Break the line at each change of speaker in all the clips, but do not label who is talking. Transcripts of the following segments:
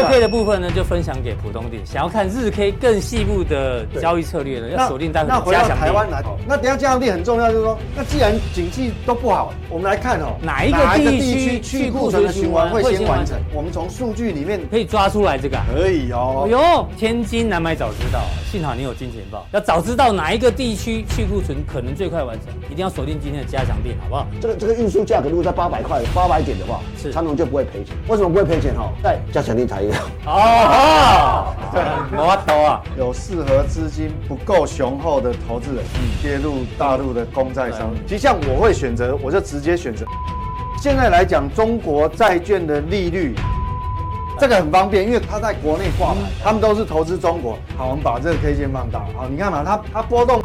K 的部分呢，就分享给普通店。想要看日 K 更细部的交易策略呢，要锁定待
那
会
回
加
到
强哦
台湾
店。
来，那等一下加强地很重要，就是说，那既然景气都不好，我们来看哦，
哪一个地区去
去
库
库存的
存
循
循
环
环
会
会
先
先
完
完
成
成？
我们从数据里面
可以抓出来这个、啊。
可以哦
哦。哟，千金难买早知道，啊幸好你有金钱豹。要早知道哪一个地区去库存可能最快完成，一定要锁定今天的加强店，好不好？
这个这个运输价格如果在八百块、八百点的话，
是
长荣就不会赔钱。为什么不会赔钱？哈，哦在加强力材料。
啊哦，我懂啊。
有适合资金不够雄厚的投资人接入大陆的公债商。其实像我会选择，我就直接选择。现在来讲，中国债券的利率，这个很方便，因为它在国内挂牌，他们都是投资中国。好，我们把这个 K 线放大。好，你看嘛，它它波动，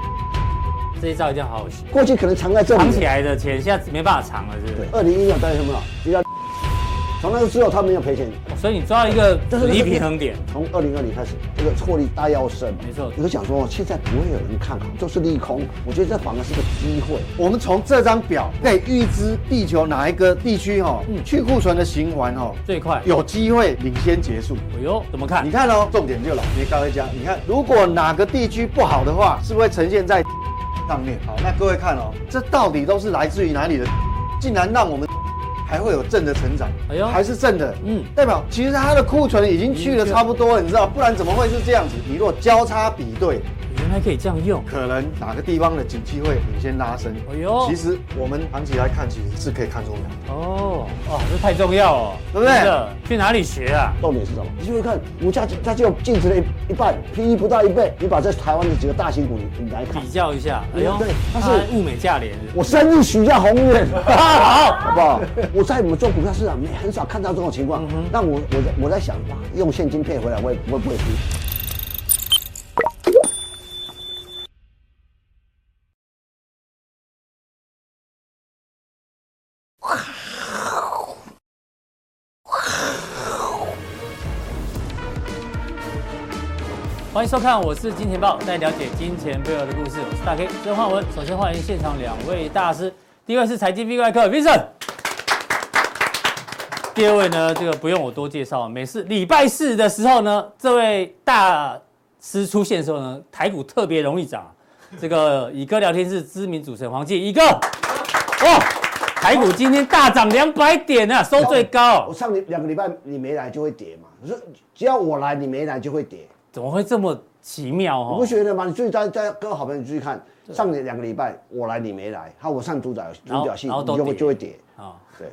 这一招一定要好好学。
过去可能藏在这里，
藏起来的钱现在没办法藏了，是不
对
是，？
二零一六大家有没有？比较，从那个之后他没有赔钱，
所以你抓一个
这是
离平衡点。
从二零二零开始，这个获利大要升。
没错
我就想说，哦现在不会有人看好，都是利空。我觉得这反而是个机会。
我们从这张表可以预知地球哪一个地区哈、哦，去库存的循环哈、哦，
最快
有机会领先结束。
哎呦，怎么看？
你看哦，重点就来，你高一家，你看，如果哪个地区不好的话，是不是会呈现在 上面？好，那各位看哦，这到底都是来自于哪里的？竟然让我们 还会有正的成长，
哎
哎
呦
呦，还是正的，
嗯
嗯，代表其实它的库存已经去的差不多了，你知道，不然怎么会是这样子？你如果交叉比对，
原来可以这样用。
可能哪个地方的景气会领先拉升。
哎
哎
呦
呦，其实我们长期来看，其实是可以看出来。
哦，哦，这太重要哦，
对不对
真的？去哪里学啊？
重点是什么？你就会看股价，它就净值的一一半，P E 不到一倍。你把这台湾的几个大型股，你你来看
比，较一下。哎呦，
对
它
它
是
是
物美价廉。
我生日许下宏 愿，
好
好不好？我在我们做股票市场，没很少看到这种情况。
嗯
那我我在我在想，哇，用现金配回来，我也我也不会输。
欢迎收看，我是金钱豹，带你了解金钱背后的故事。我是大 K 曾焕文。首先欢迎现场两位大师，第一位是财经 B 怪客 Vincent，第二位呢，这个不用我多介绍，每次礼拜四的时候呢，这位大师出现的时候呢，台股特别容易涨。这个以哥聊天室知名主持人黄记，以哥，哇，台股今天大涨两百点啊，收最高
我，上你两个礼拜你没来就会跌嘛，我说只要我来你没来就会跌，
怎么会这么奇妙哦？
你不觉得吗？你注意在在跟好朋友注意看，上你两个礼拜我来你没来，好我上主角
然后
主角戏
然后
你
都
就会
跌
就会跌，
啊。
对，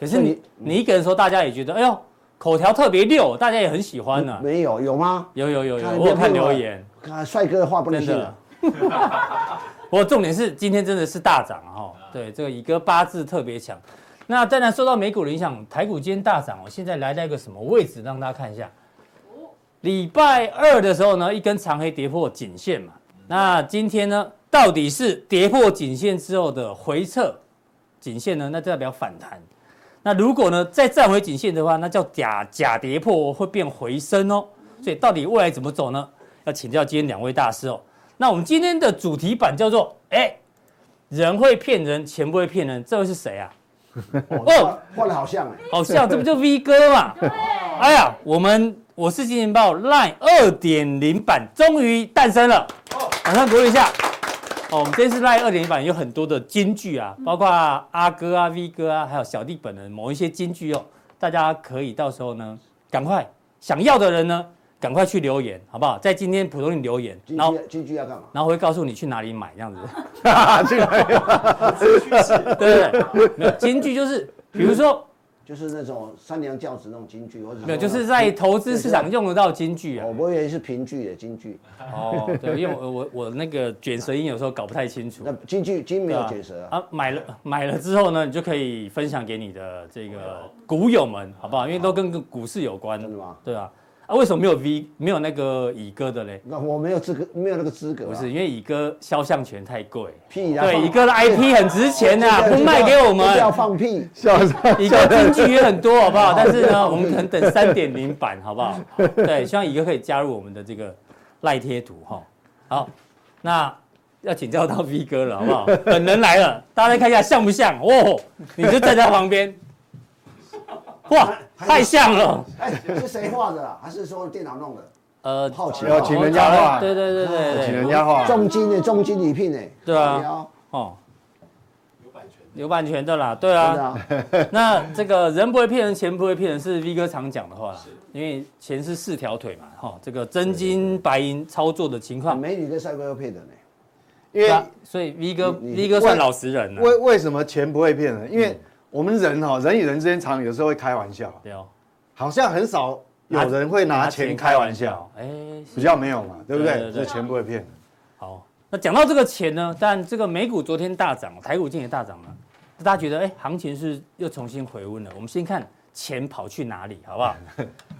可是你你一个人说，大家也觉得，哎呦，口条特别溜，大家也很喜欢呢、啊
没有有吗？
有有有有，
你
我有啊
变
看
弱
留
了啊
言，，
看帅哥的话不能
真
信啊
的
了。。
不过重点是今天真的是大涨哈、哦，对，这个乙哥八字特别强。那当然受到美股的影响，台股今天大涨哦，现在来到一个什么位置？让大家看一下。礼拜二的时候呢，一根长黑跌破颈线嘛。那今天呢，到底是跌破颈线之后的回撤颈线呢？那代表反弹。那如果呢再站回颈线的话，那叫假假跌破，会变回升哦。所以到底未来怎么走呢？要请教今天两位大师哦。那我们今天的主题版叫做“哎，人会骗人，钱不会骗人”，这位是谁啊？哦
哦，换的好像哎，
好像这不就 V 哥嘛？哎呀，我们我是金钱豹 Line 二点零版终于诞生了，马上鼓励一下。哦，我们这次 Line 二点零版有很多的金句啊，包括阿哥啊、V 哥啊，还有小弟本人某一些金句哦，大家可以到时候呢，赶快想要的人呢，赶快去留言，好不好？在今天普通人留言，
进
然后
去进去要干嘛？
然后会告诉你去哪里买这样子。对对对，没有金句就是，比如说
就是那种三娘教子那种京剧，或者
没有，就是在投资市场
对
用得到金句啊
我。我以为是评剧的京剧，
哦，对，因为 我我我那个卷舌音有时候搞不太清楚。
那京剧京
对
没有
啊
卷舌啊，
啊，买了买了之后呢，你就可以分享给你的这个股友们，好不好？因为都跟股市有关，
哦真的吗？
对啊。啊，为什么没有 V 没有那个乙哥的嘞？
那我没有资格，没有那个资格啊，
不是因为乙哥肖像权太贵，
屁啊！
对，
放
乙哥的 IP 很值钱呐、
这个
不卖给我们
这。个要放屁，
笑死！
乙哥金句也很多，好不好？但是呢，我们可能 等三点零版，好不好？对，希望乙哥可以加入我们的这个赖贴图哈。好，那要请教到 V 哥了，好不好？本人来了，大家来看一下像不像？哦，你就站在旁边，哇，
还
太像了。
哎，是谁画的啊？还是说电脑弄的？
呃，
好奇啊
要请人家画
对对对对对，
请人家画，
重金呢？重金礼聘呢？
对啊
靠腰
哦，有版权的啦，对啊
真。的啊，
那这个人不会骗人，钱不会骗人，是 V 哥常讲的话啦。因为钱是四条腿嘛，哈、这个真金白银操作的情况，
美女跟帅哥又配的呢。
因为
那所以 V 哥
你
V 哥算老实人了、啊
为为什么钱不会骗
嗯
人？因为我们人哈，人与人之间常有时候会开玩笑，
对哦，
好像很少有人会拿钱开玩笑，，
哎、
比较没有嘛，对不
对
对
对？对
这钱不会骗人。
好，那讲到这个钱呢，但这个美股昨天大涨，台股今天也大涨了，大家觉得哎、行情是又重新回温了。我们先看钱跑去哪里，好不好？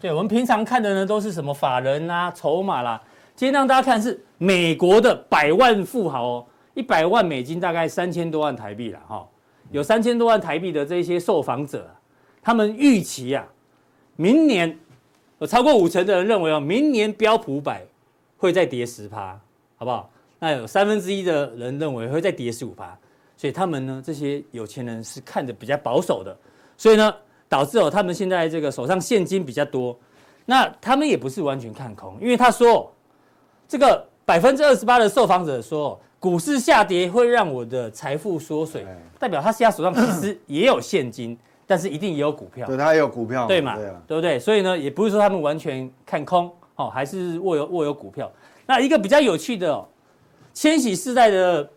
对，我们平常看的呢都是什么法人啦、筹码啦，今天让大家看是美国的百万富豪哦，一百万美金大概三千多万台币啦，哈、有三千多万台币的这些受访者啊、他们预期啊，明年有超过五成的人认为哦，明年标普百会再跌十趴，好不好？那有三分之一的人认为会再跌十五趴，所以他们呢，这些有钱人是看着比较保守的，所以呢，导致哦，他们现在这个手上现金比较多，那他们也不是完全看空，因为他说哦这个百分之二十八的受访者说哦，股市下跌会让我的财富缩水
哎，
代表他现在手上其实也有现金，但是一定也有股票
对，，他也有股票嘛，
对嘛？
对啊，
对不对？所以呢，也不是说他们完全看空哦，还是握有握有股票。那一个比较有趣的、哦，千禧世代的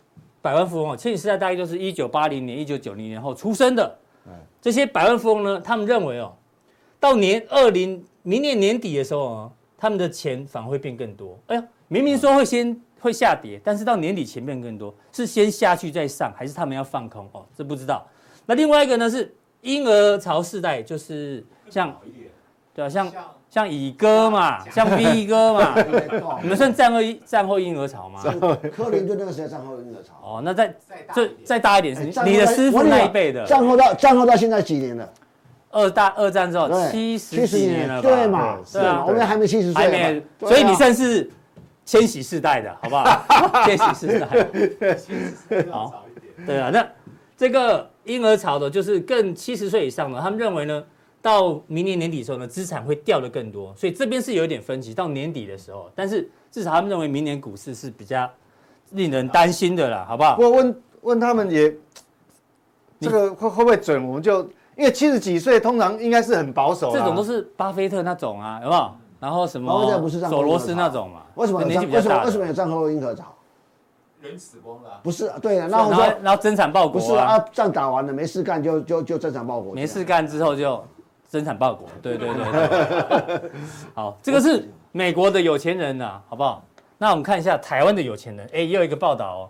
百万富翁、哦，千禧世代大概就是一九八零年、一九九零年后出生的
嗯。
这些百万富翁呢，他们认为哦，到年二零明年年底的时候哦，他们的钱反而会变更多。哎呀，明明说会先会下跌，但是到年底钱变更多，是先下去再上，还是他们要放空？哦，这不知道。那另外一个呢是婴儿潮世代，就是像对啊，像像乙哥嘛，像 B 哥嘛， 你们算战后战后婴儿潮吗？
克林顿那个时代战后婴儿潮。
哦，那再再再大一点是
哎战后
你的
到
师傅
我跟你
那一
讲
辈的，
战后到战后到现在几年了？
二大二战之后
对
七十几
70
年了吧？
对嘛？
对啊
是我们还没七十岁
还
嘛，
没，
对啊
所以你算是千禧世代的，好不 好？千禧世代，好，对啊，那这个婴儿潮的，就是更七十岁以上的，他们认为呢，到明年年底的时候呢，资产会掉的更多，所以这边是有一点分歧，到年底的时候，但是至少他们认为明年股市是比较令人担心的啦，好不好
不？过问问他们也，这个会会不会准？我们就因为七十几岁通常应该是很保守啦，
这种都是巴菲特那种啊，有没有？然后什
巴菲
么
特不是这样
索罗斯那种嘛，
为什么有
年纪
战
比较
为什
大
么
的？
为什么有战后婴儿潮？
人死光了啊、
不是，对啊，
然
那
后
我说
然后增产报
不
国
是啊，仗打完了没事干就就就正常报国，
没事干之后就生产报国，对对对对 好，这个是美国的有钱人呐、啊好不好？那我们看一下台湾的有钱人，哎，也有一个报道哦，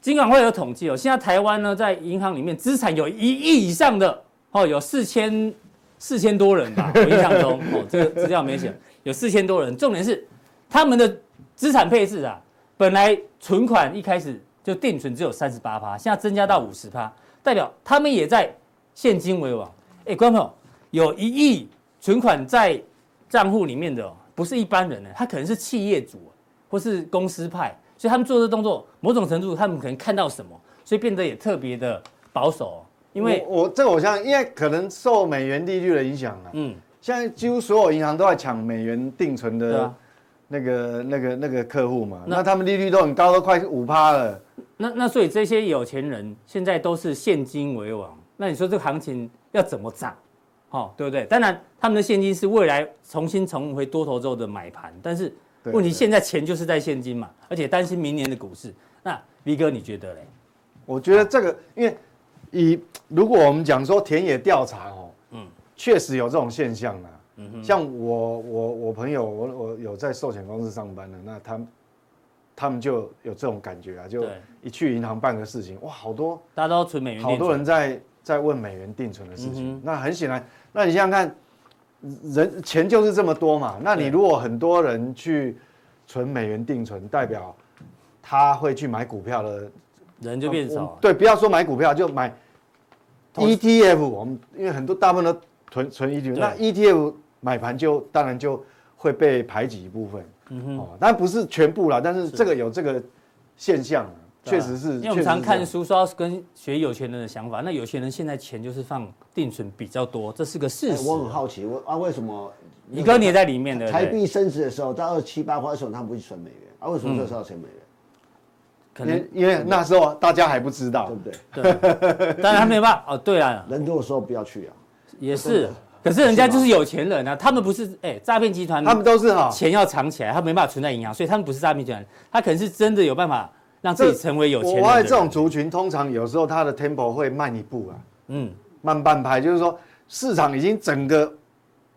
金管会有统计哦，现在台湾呢在银行里面资产有一亿以上的哦，有四千四千多人吧，我印象中哦，这个资料没写，有四千多人，重点是他们的资产配置啊，本来存款一开始就定存只有三十八趴，现在增加到五十趴，代表他们也在现金为王。哎，观众朋友，有一亿存款在账户里面的哦、不是一般人呢，他可能是企业主啊或是公司派，所以他们做这动作，某种程度他们可能看到什么，所以变得也特别的保守、哦，因为
我我这个我相信，因为可能受美元利率的影响啊，
嗯，
现在几乎所有银行都在抢美元定存
对
的
啊。
那个、那个、那个客户嘛，
那
那他们利率都很高，都快五趴了。
那那所以这些有钱人现在都是现金为王，那你说这个行情要怎么涨？哦，对不对？当然，他们的现金是未来重新重回多头之后的买盘，但是
对
问题
对
现在钱就是在现金嘛，而且担心明年的股市。那 V 哥你觉得嘞？
我觉得这个，因为以如果我们讲说田野调查哦，嗯，确实有这种现象啊。
嗯
像我我我朋友，我我有在寿险公司上班的，那他们他们就有这种感觉啊，就
对
一去银行办个事情，哇，好多
大家都存美元
好
定存，嗯
多人在在问美元定存的事情。那很显然，那你想想看，人钱就是这么多嘛，那
对
你如果很多人去存美元定存，代表他会去买股票的
人就变少了。
对，不要说买股票，就买
投资
ETF。我们因为很多大部分都存存
对
ETF，那 ETF 买盘就当然就会
嗯
被排挤一部分。哦，当然不是全部啦，但是这个有这个现象啊。
对
确
啊
实是。
因为我
确
们
实
常
是这
看
样
书说要跟学有钱人的想法，那有钱人现在钱就是放定存比较多，这是个事
哎
实。
我很好奇，我啊为什么
宇哥你也在里面的，对
台
不对
币升值的时候，到二七八或二九，他们不去存美元，啊为什么这时候要存美元？
可能
因因为那时候大家还不知道
对，不对？
当然他没有办法哦，对啊，
人多的时候不要去啊。
也是，可是人家就是有钱人啊，他们不是哎诈骗集团，
他们都是哈，
钱要藏起来，他没办法存在银行，所以他们不是诈骗集团，他可能是真的有办法让自己成为有钱人
我
的
发
人。
现这种族群通常有时候它的 tempo 会慢一步啊，
嗯，
慢半拍，就是说市场已经整个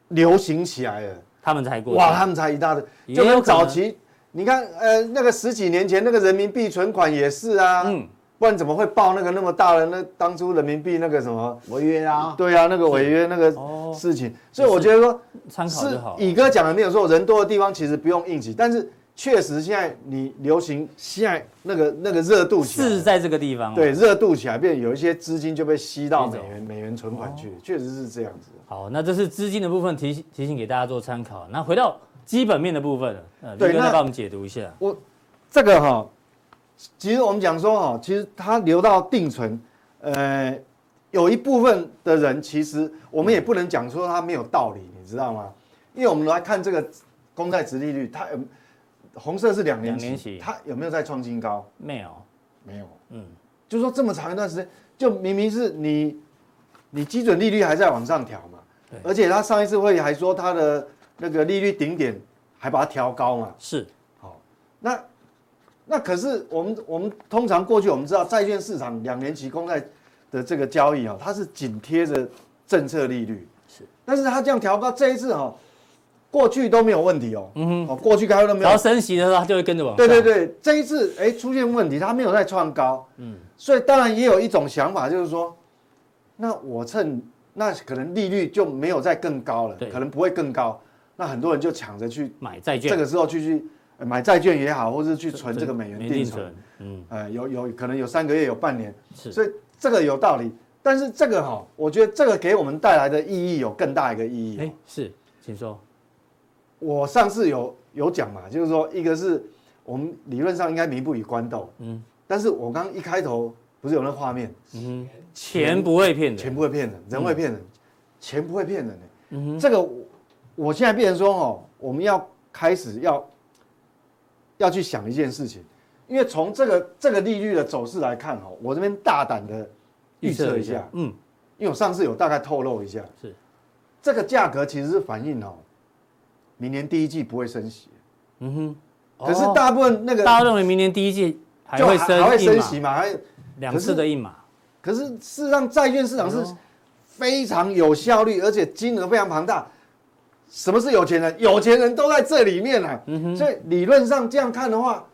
流行起来了，
他们才过
哇，他们才一大的，
也
就
有
跟
可能
早期你看，呃，那个十几年前那个人民币存款也是啊，
嗯
不然怎么会爆那个那么大的那当初人民币那个什么？
违约啊，
对啊，那个违约那个
哦
事情，所以我觉得说。
参考
是
就好。
乙哥讲的没有错，人多的地方其实不用硬挤，但是确实现在你流行现在那个那个热度起来，
是在这个地方，
对，热度起来，变有一些资金就被吸到
那
美
种
元美元存款去，
哦
确实是这样子。啊
好，那这是资金的部分提提醒给大家做参考。那回到基本面的部分，呃，
对
宇哥
那
再帮我们解读一下。
这个哈、其实我们讲说哈、其实它流到定存，呃，有一部分的人其实我们也不能讲说它没有道理，你知道吗？因为我们来看这个公债值利率，它有红色是两年
两年
期
期
它有没有在创新高？
没有，
没有，
嗯
嗯，就说这么长一段时间，就明明是你，你基准利率还在往上调嘛
对，
而且他上一次会议还说他的那个利率顶点还把它调高嘛，
是
那那可是我们我们通常过去我们知道债券市场两年期公债的这个交易啊、它是紧贴着政策利率，
是，
但是它这样调高这一次哈、哦，过去都没有问题哦，嗯哦，过去开会都没
只
有
要升息的时候，它就会跟着往上。
对对对，这一次哎出现问题，它没有再创高，嗯，所以当然也有一种想法就是说，那我趁那可能利率就没有再更高了
对，
可能不会更高，那很多人就抢着去
买债券
这个时候去去呃买债券也好，或是去存这个美元定存，，
嗯，
呃，有有可能有三个月，有半年，
是
所以这个有道理。但是这个哈、我觉得这个给我们带来的意义有更大一个意义、
哎，是，请说，
我上次有有讲嘛，就是说，一个是我们理论上应该民不与官斗，嗯，但是我刚一开头不是有那画面，
嗯哼，钱不会骗
钱
人，
不会骗人，
嗯
人会骗人，钱不会骗人呢、这个我我现在变成说哦，我们要开始要要去想一件事情，因为从这个这个利率的走势来看哦，我这边大胆的预测一下，
嗯，
因为我上次有大概透露一下，
是
这个价格其实是反映哦，明年第一季不会升息。
嗯哼。
可是
哦
大部分那个
大家认为明年第一季还
就
会
还会
升一
升息
码，
嘛？还
两次的一码，
可是事实上，债券市
哎
场是非常有效率，而且金额非常庞大。什么是有钱人？有钱人都在这里面啊。所以理论上这样看的话，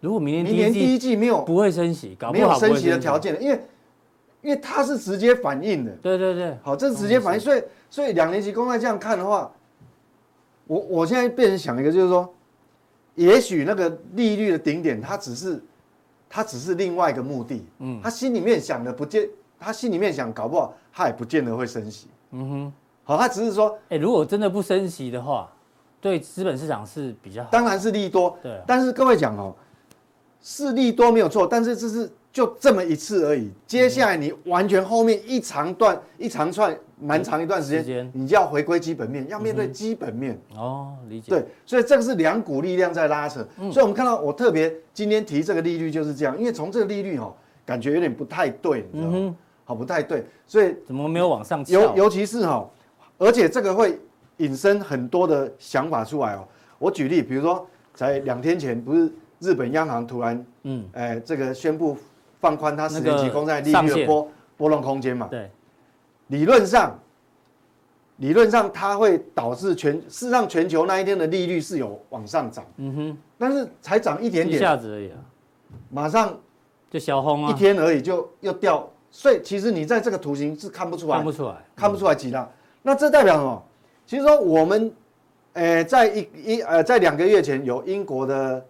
如果明嗯年
明
第
年
一
第
季
一季没有
不会升息，搞不
没有
好不会
升息的条。件，因为因为它是直接反映的。
对对对，
好，这是直接反映。所以所以两年期公债这样看的话，我我现在变成想一个，就是说，也许那个利率的顶点，它只是它只是另外一个目的。嗯，他心里面想的不见，他心里面想，搞不好他也不见得会升息。嗯
哼，
好，他只是说，
哎，如果真的不升息的话，对资本市场是比较好。
当然是利多，
对啊
但是各位讲哦，是利多没有错，但是这是就这么一次而已。接下来你完全后面一长段、一长串蛮长一段时
时间
间，你就要回归基本面，要面对基本面。
哦，理解。嗯
对，所以这个是两股力量在拉扯。所以我们看到，我特别今天提这个利率就是这样，因为从这个利率哦，感觉有点不太对，你知道吗？
嗯
好，不太对，所以
怎么没有往上翘？
尤尤其是哈、而且这个会引申很多的想法出来哦。我举例，比如说在两天前，不是日本央行突然，
嗯
嗯，哎、这个宣布放宽它十年
那
期
个
公债利
上
率的
限
波波动空间嘛，
对，
理论上，理论上它会导致全，事实上全球那一天的利率是有往上涨，
嗯哼，
但是才涨一点
一
点，
下子而已啊，
马上
就小红啊，
一天而已就又掉，所以其实你在这个图形是看不出来
看不出来。
看不出来几大。那这代表什么？其实说我们，呃，在一一呃，在两个月前有英国的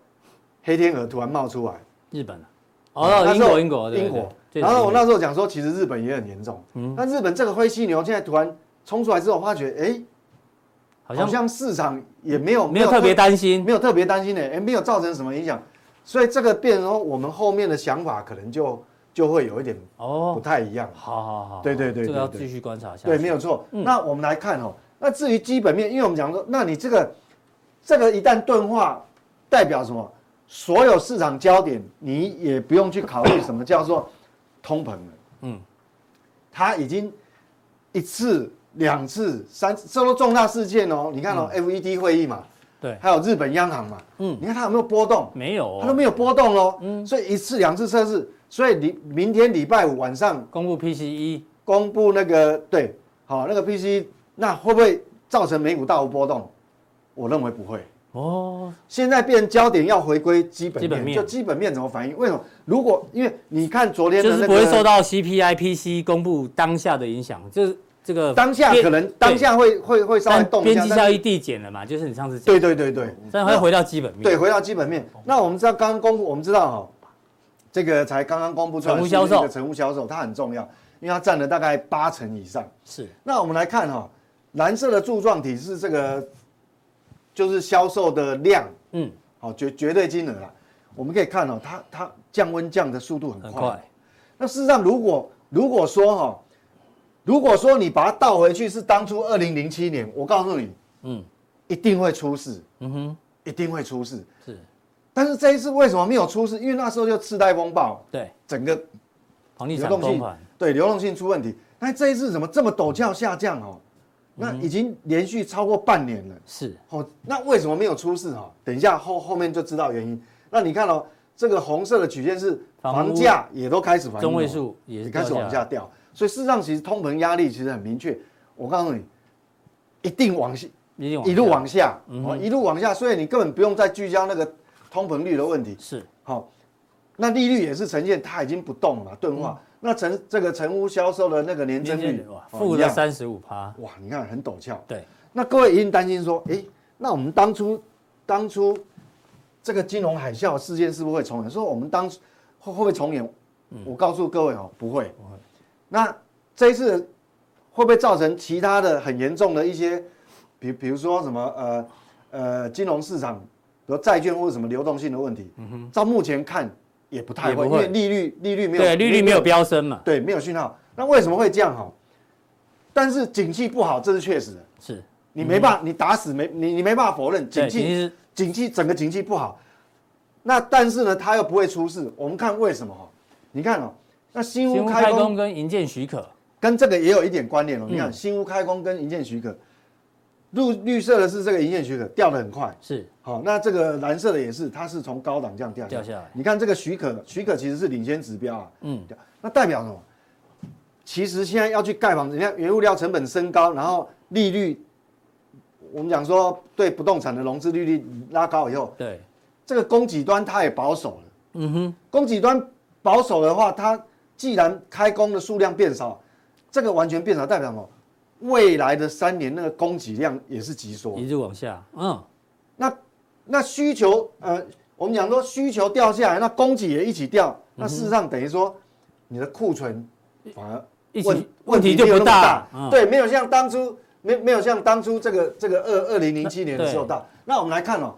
黑天鹅突然冒出来，
日本啊，哦，
那
英
时候
国英国对
英
对
国。
对嗯
然后我
确实
那时候讲说，其实日本也很严重。但日本这个灰犀牛现在突然冲出来之后，发觉哎，
好
好
像
像市场也没有
没有特别担心，
没有特别担心的，哎，没有造成什么影响。所以这个变成说我们后面的想法可能就就会有一点不
哦，
太一样。
好好好，
对对对
这个要
对对
继续观察一下。
对，没有错。那我们来看哦，那至于基本面，因为我们讲说，那你这个这个一旦钝化，代表什么？所有市场焦点，你也不用去考虑什么叫做通膨了。
嗯
嗯，它已经一次、两次、三次，这都重大事件哦。你看哦、f e d 会议嘛，
对，
还有日本央行嘛，
嗯
嗯，你看它有没有波动？
没有哦，
它都没有波动喽。嗯，所以一次、两次测试，所以你明天礼拜五晚上
公布 E PCE，
公布那个对，好、那个 PC，那会不会造成美股大幅波动？我认为不会。
哦，
现在变焦点要回归基本
基
面，
本面
就基本面怎么反应？为什么？如果因为你看昨天的
就
那
是
个，
不会受到 CPI、PC 公布当下的影响，就是这个
当下可能
边
当下会会会稍微
但
动一
边
下，
际
但
效益递减了嘛，就是你上次讲，
对对对对，
但会回到基本面，
对，回到基本面。那我们知道刚刚公布，我们知道哈、这个才刚刚公布出来
成
的
屋销售
数据的成屋销售它很重要，因为它占了大概八成以上。
是
那我们来看哈、蓝色的柱状体是这个，就是销售的量，
嗯，
好、绝绝对金额啦。我们可以看哦，它它降温降的速度很快。
很快，
那事实上，如果如果说哈、如果说你把它倒回去是当初二零零七年，我告诉你，
嗯
一定会出事，
嗯哼，
一定会出事。
是
但是这一次为什么没有出事？因为那时候就次贷风暴，
对，
整个
房地
流
产
动
崩
性
盘，
对流动性出问题。那这一次怎么这么陡峭下降哦？那
嗯
已经连续超过半年了。
是
哦，那为什么没有出事哈、等一下后后面就知道原因。那你看哦，这个红色的曲线是
房屋
房价也都开始反应哦
中位数也是
也开始
掉
往下掉，所以事实上其实通膨压力其实很明确。我告诉你，一定往下，
一定
一路
下嗯
往下，哦，一路往下，所以你根本不用再聚焦那个通膨率的问题。
是
好、那利率也是呈现它已经不动了嘛，钝化。那成这个成屋销售的那个嗯年增率
哇，
哦
负
一
了
样
三十五趴，
哇，你看很陡峭。
啊对，
那各位一定担心说，诶，那我们当初当初这个金融海啸事件是不是会重演？说我们当初会会不会重演？
嗯
我告诉各位哦，不会。不会。那这一次会不会造成其他的很严重的一些，比比如说什么呃呃金融市场，比如债券或者什么流动性的问题？照目前看也不太
嗯也
会，
不
因
会
为利率利率没有
对，利率没有飙升嘛，
对没有讯号。那为什么会这样哈？但是景气不好，这是确实的。
是
你没办法，你打死没你你没办法否认景
嗯对，其
气
实
景气整个景气不好，那但是呢，它又不会出事。我们看为什么哈？你看哦，那新
新
屋
屋开
开
工
工
跟营建许可，
跟这个也有一点关联哦。你看
嗯
新屋开工跟营建许可，绿绿色的是这个营建许可掉的很快，
是
好，那这个蓝色的也是，它是从高档这样掉
掉下来
你看这个许可，许可其实是领先指标啊，
嗯
嗯，那代表什么？其实现在要去盖房子，你看原物料成本升高，然后利率，我们讲说对不动产的融资利率拉高以后，
对，
这个供给端它也保守了。
嗯哼，
供给端保守的话，它既然开工的数量变少，这个完全变少代表什么？未来的三年那个供给量也是急缩，
一路往下，嗯，
那那需求，呃，我们讲说需求掉下来，那供给也一起掉，
嗯
那事实上等于说你的库存反而
一
问
起问题就
没有
不
那么
大，嗯，
对，没有像当初没没有像当初这个这个二二零零七年的时候
对
大。那我们来看哦，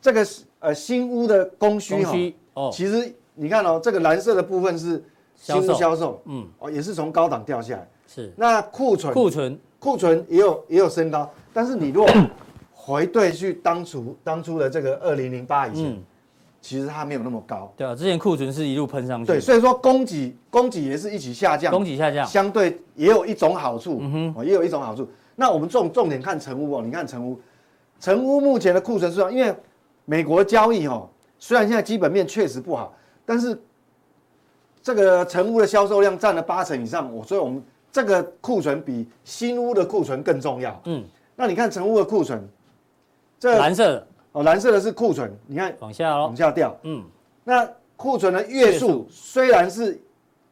这个是呃新屋的供需
供
哈、
需哦，
其实你看哦，这个蓝色的部分是新
销售
屋销售，
嗯，
哦，也是从高档掉下来。
是
那库存
库存
库存也有也有升高，但是你如果 回对去当初当初的这个二零零八以前，
嗯
其实它没有那么高。
对啊，之前库存是一路喷上去，
对，所以说供给供给也是一起下降，
供给下降，
相对也有一种好处，哦，也有一种好处。那我们重重点看成屋哦，你看成屋，成屋目前的库存数量，因为美国交易哦，虽然现在基本面确实不好，但是这个成屋的销售量占了八成以上，哦我所以我们这个库存比新屋的库存更重要。
嗯，
那你看成屋的库存，这哎
蓝色的
哦蓝色的是库存，你看
往下
往
喽，
下掉，
嗯，
那库存的月
月数
数虽然是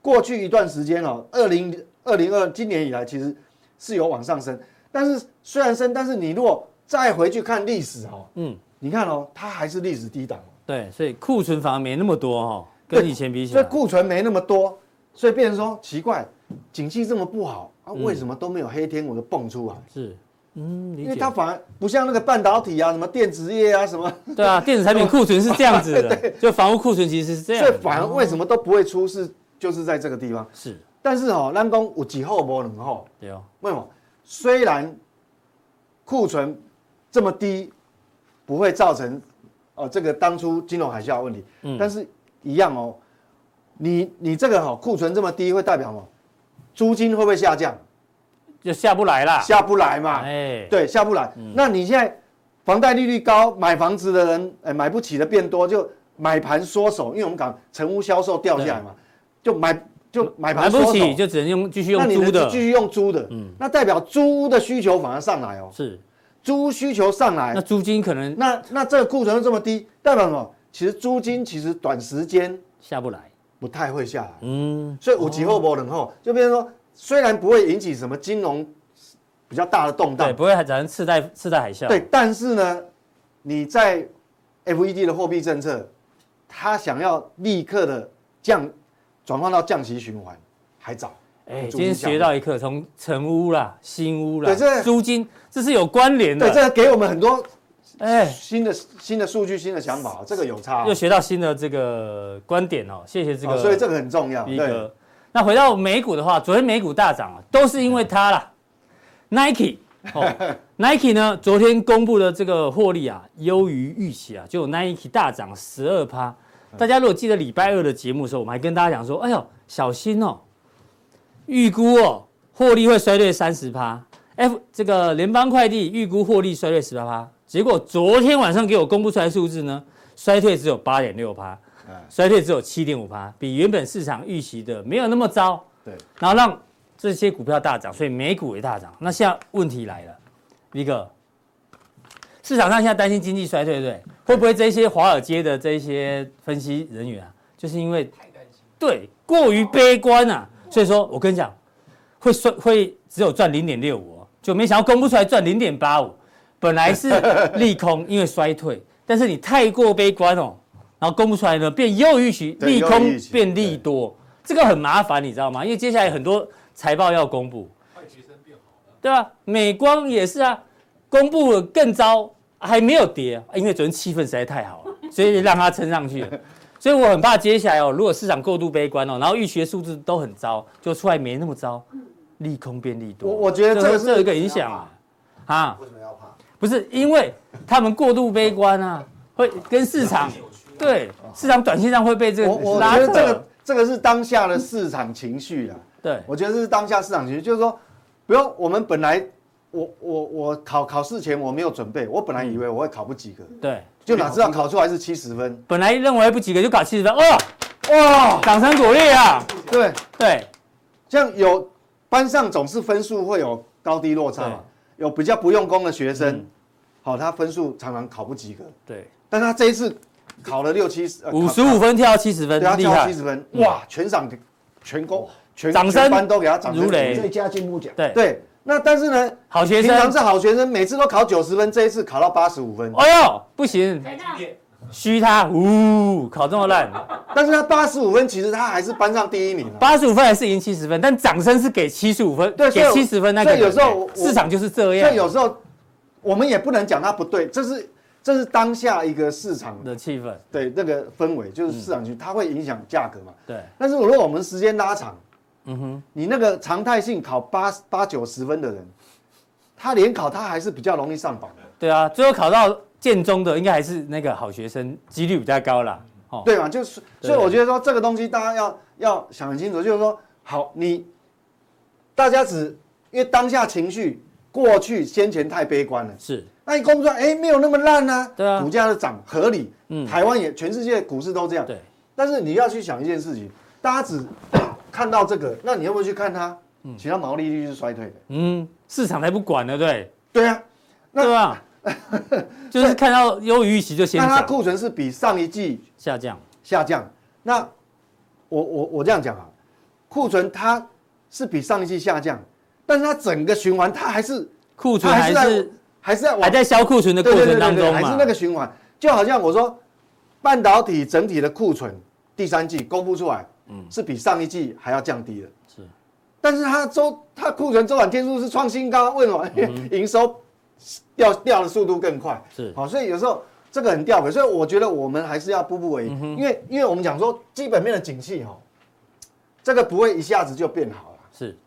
过去一段时间哦，二零二零二今年以来其实是有往上升，但是虽然升，但是你如果再回去看历史哦，
嗯，
你看哦，它还是历史低档哦，
对，所以库存反而没那么多哈，跟
对
以前比起
所以
来，
库存没那么多，所以
嗯
变成说奇怪，景气这么不好啊，为什么都没有黑天鹅蹦出来？
是嗯，理
因为
解
它。反而不像那个半导体啊、什么电子业啊什么，
对啊，电子产品库存是这样子 的，就房屋库存其实是这样
所
的。
以反而为什么都不会出事，就是在这个地方。
是，
但是哦，咱讲有几后无两后，
对哦，
为什么？虽然库存这么低，不会造成哦这个当初金融海啸的问题，
嗯
但是一样哦，你你这个哦库存这么低，会代表什么？租金会不会下降？
就下不来啦。
下不来嘛，
哎，
对，下不来。那你现在房贷利率高，买房子的人，哎，买不起的变多，就买盘缩手，因为我们讲成屋销售掉下来嘛，就买就买
买
盘
不
缩手
起，就只能用继续
那
用
你
租
能
的
继。续用租的，
嗯
那代表租屋的需求反而上来哦，
是，
租屋需求上来
那，租金可能
那那这个库存又这么低，代表什么？其实租金其实短时间
下不来。
不太会下来，
嗯，哦
所以五级后波冷后，就变成说，虽然不会引起什么金融比较大的动荡
对，，不会还产生次贷次贷海啸。
对，，但是呢，你在 FED 的货币政策，它想要立刻的降，转换到降息循环，还早。
哎，今
租金
天
下
学到一课，从成屋啦、新屋啦
对这、
租金，这是有关联
对，
的。
这给我们很多
哎，
新的新的数据、新的想法，这个有差哦、
又学到新的这个观点哦，谢谢这
哦
个。
所以这个很重要。
逼
对
格。那回到美股的话，昨天美股大涨啊，都是因
嗯
为它啦。Nike 哦，Nike 呢，昨天公布的这个获利啊，优于预期啊，就 Nike 大涨十二趴。大家如果记得礼拜二的节目的时候，我们还跟大家讲说，哎呦，小心哦，预估哦，获利会衰退三十趴。F 这个联邦快递预估获利衰退十八趴，结果昨天晚上给我公布出来数字呢，衰退只有八点六趴。
哎
衰退只有七点五趴，比原本市场预期的没有那么糟。
对，
然后让这些股票大涨，所以美股也大涨。那现在问题来了，一个市场上现在担心经济衰退，对不对？会不会这些华尔街的这些分析人员啊，就是因为
太担心。
对过于悲观啊，所以说我跟你讲，会衰会只有赚零点六五，哦就没想到公布出来赚零点八五，本来是利空，因为衰 退，但是你太过悲观哦，然后公布出来呢变优于预期，
对
利
优于
空
预期
变利多，这个很麻烦，你知道吗？因为接下来很多财报要公布，
坏学生变好了，
对吧？美光也是啊，公布了更糟，还没有跌啊，因为昨天气氛实在太好了，所以让它撑上去了。所以我很怕接下来哦，如果市场过度悲观哦，然后预期的数字都很糟，就出来没那么糟，利空变利多。
我我觉得这个
这有一
是
个影响啊，啊，
为什么要怕？
不是因为他们过度悲观啊，会跟市场
扭曲了。
对市场短线上会被这
我我
个拉
觉得
扯，
这个这个是当下的市场情绪啦。
对
我觉得这是当下市场情绪，就是说，比如我们本来我我我考考试前我没有准备，我本来以为我会考不及格，
对，
就哪知道考出来是七十分。
本来认为不及格就搞七十分，哦，
哇，
掌声鼓励啊，
对，
对
像有班上总是分数会有高低落差嘛，有比较不用功的学生，
嗯
好、他分数常常考不及格，
对。
但他这一次考了六七十，呃
五十五，分跳到七十分
考对，他啊
厉
跳
害嗯
七，十分，哇，全场给全功全
掌声
全班都给他掌声
如雷
鼓
最佳进步奖，
对，
对，那但是呢，
好学
平常
生
是，好学生，每次都考九十分，这一次考到八十五分，
哎呦，不行，
谁呢？
变
虚他，呜，考这么 烂，
但是他八十五分，其实他还是班上第一名啊。
八十五分还是赢七十分，但掌声是给七十五分，
对所以
给
我
七十分那个人，
所以有时候我
市场就是这
所以有
样
时候我们也不能讲他不对，这是这是当下一个市场的
的气氛，
对那个氛围，
嗯
就是市场情绪，它会影响价格嘛。
对，
但是如果我们时间拉长，
嗯哼，
你那个常态性考八八九十分的人，他连考他还是比较容易上榜的，
对啊，最后考到建中的应该还是那个好学生，几率比较高啦，哦，
对嘛？就是
对
所以我觉得说这个东西大家要要想很清楚，就是说好你大家只因为当下情绪过去先前太悲观了。
是，
那你工作哎没有那么烂啊，
对啊
股价的涨合理，
嗯
台湾也全世界股市都这样，
对，
但是你要去想一件事情，大家只看到这个，那你要不要去看它？其他毛利率是衰退的，
嗯，市场才不管呢，对，
对啊，那
对 吧？就是看到优于预期就先
那它
涨
库存是比上一季
下降，
下降。那我我我这样讲啊，库存它是比上一季下降，但是它整个循环它还是
库存
它
还
在
是
还是在往
还在销库存的过
对对对
程
对
当
对
中
还
嘛
是，那个循环。就好像我说，半导体整体的库存第三季公布出来，是比上一季还要降低的。
是，嗯
但是它周它库存周转天数是创新高，为什么？因为营收掉掉的速度更快。
是
好，所以有时候这个很吊诡，所以我觉得我们还是要步步
嗯
为营，因为因为我们讲说基本面的景气哈，这个不会一下子就变好了。
是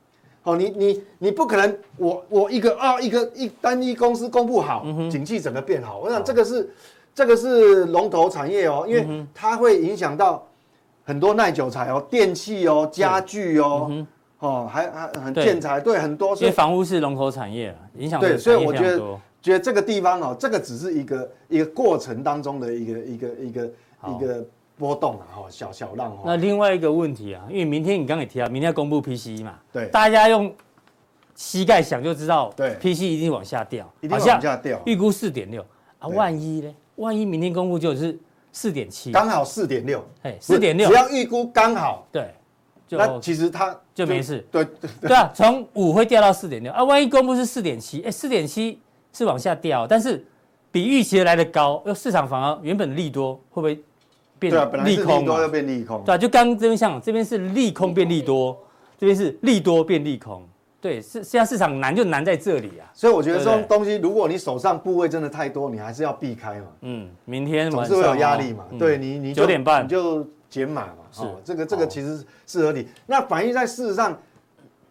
好，哦你你你不可能我我一个啊一个一单一公司公布好，
嗯
景气整个变好，
哦
我想这个是这个是龙头产业哦，因
嗯
为它会影响到很多耐久材哦，电器哦，家具哦，哦还还
嗯
很
对
建材，对很多，
因
所
为
以
房屋是龙头产业啊，影响
对
的
所以
产业
我
非常
觉得
多
觉得这个地方哦，这个只是一个一个过程当中的一个一个一个
好
一个波动啊，哈，小小浪哈
那，另外一个问题啊，因为明天你刚刚也提到，明天要公布 PCE 嘛，
对
大家用膝盖想就知道，
对
PCE 一定往下掉，
一定
好
会
像
往下掉，
预估四点六啊，
对
万一呢？万一明天公布就是四点七，
刚好四点六，
哎，四点六
只，要预估刚好。
对，就
那其实它
就没事
对对
对啊，从五会掉到四点六啊，万一公布是四点七，哎，四点七是往下掉，但是比预期的来的高，又市场反而原本利多会不会变
对啊，本来
利
是利
空
多
啊
又？变利空，
对啊，就刚刚这边像，这边是利空变利多，这边是利多变利空，对，是现在市场难就难在这里啊。
所以我觉得这
对
种
不对
东西，如果你手上部位真的太多，你还是要避开嘛，
嗯，明天
总
晚
是
上
会有压
哦
力嘛。
嗯
对你，你就
九点半
你就减码嘛。
是
哦，这个这个
哦
其实是合理。那反映在事实上，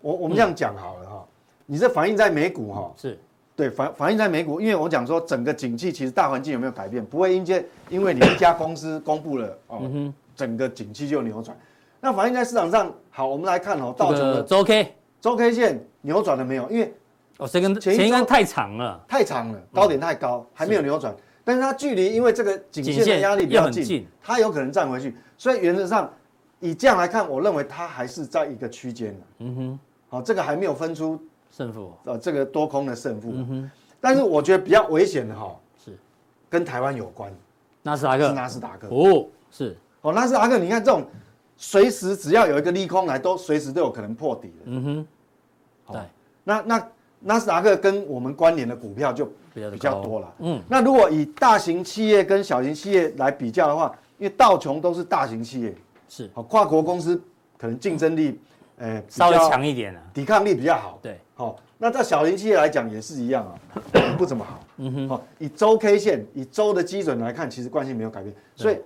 我我们这样讲好了哈，你这反映在美股哈，
是
对反反映在美股，因为我讲说整个景气其实大环境有没有改变，不会因为因为你一家公司公布了哦，
嗯哼
整个景气就扭转。那反映在市场上，好，我们来看哦，
这
道琼
个
的
周 K，
周 K 线扭转了没有？因为
哦，这根
前一周
前一根太长了，
太长了，高点太
嗯
高，还没有扭转，但是它距离因为这个颈线的压力比
又
较
很
近，
近
它有可能站回去，所以原则上以这样来看，我认为它还是在一个区间的。
嗯哼，
好，这个还没有分出
胜负
呃这个多空的胜负，
嗯哼，
但是我觉得比较危险的哈
是
跟台湾有关，
纳斯达
是
克，
纳斯达克。
哦，是，
哦，纳斯达克，你看这种随时只要有一个利空来，都随时都有可能破底的。
嗯哼，
好
对，
那那纳斯达克跟我们关联的股票就
比较
比较
高
多了。
嗯，
那如果以大型企业跟小型企业来比较的话，因为道琼都是大型企业，
是
好跨国公司可能竞争力，呃，比
稍微
较
强一点啊，
抵抗力比较好。
对，
好、那在小型企业来讲也是一样啊， 不怎么好。嗯哼，好、以周 K 线以周的基准来看，其实惯性没有改变，所以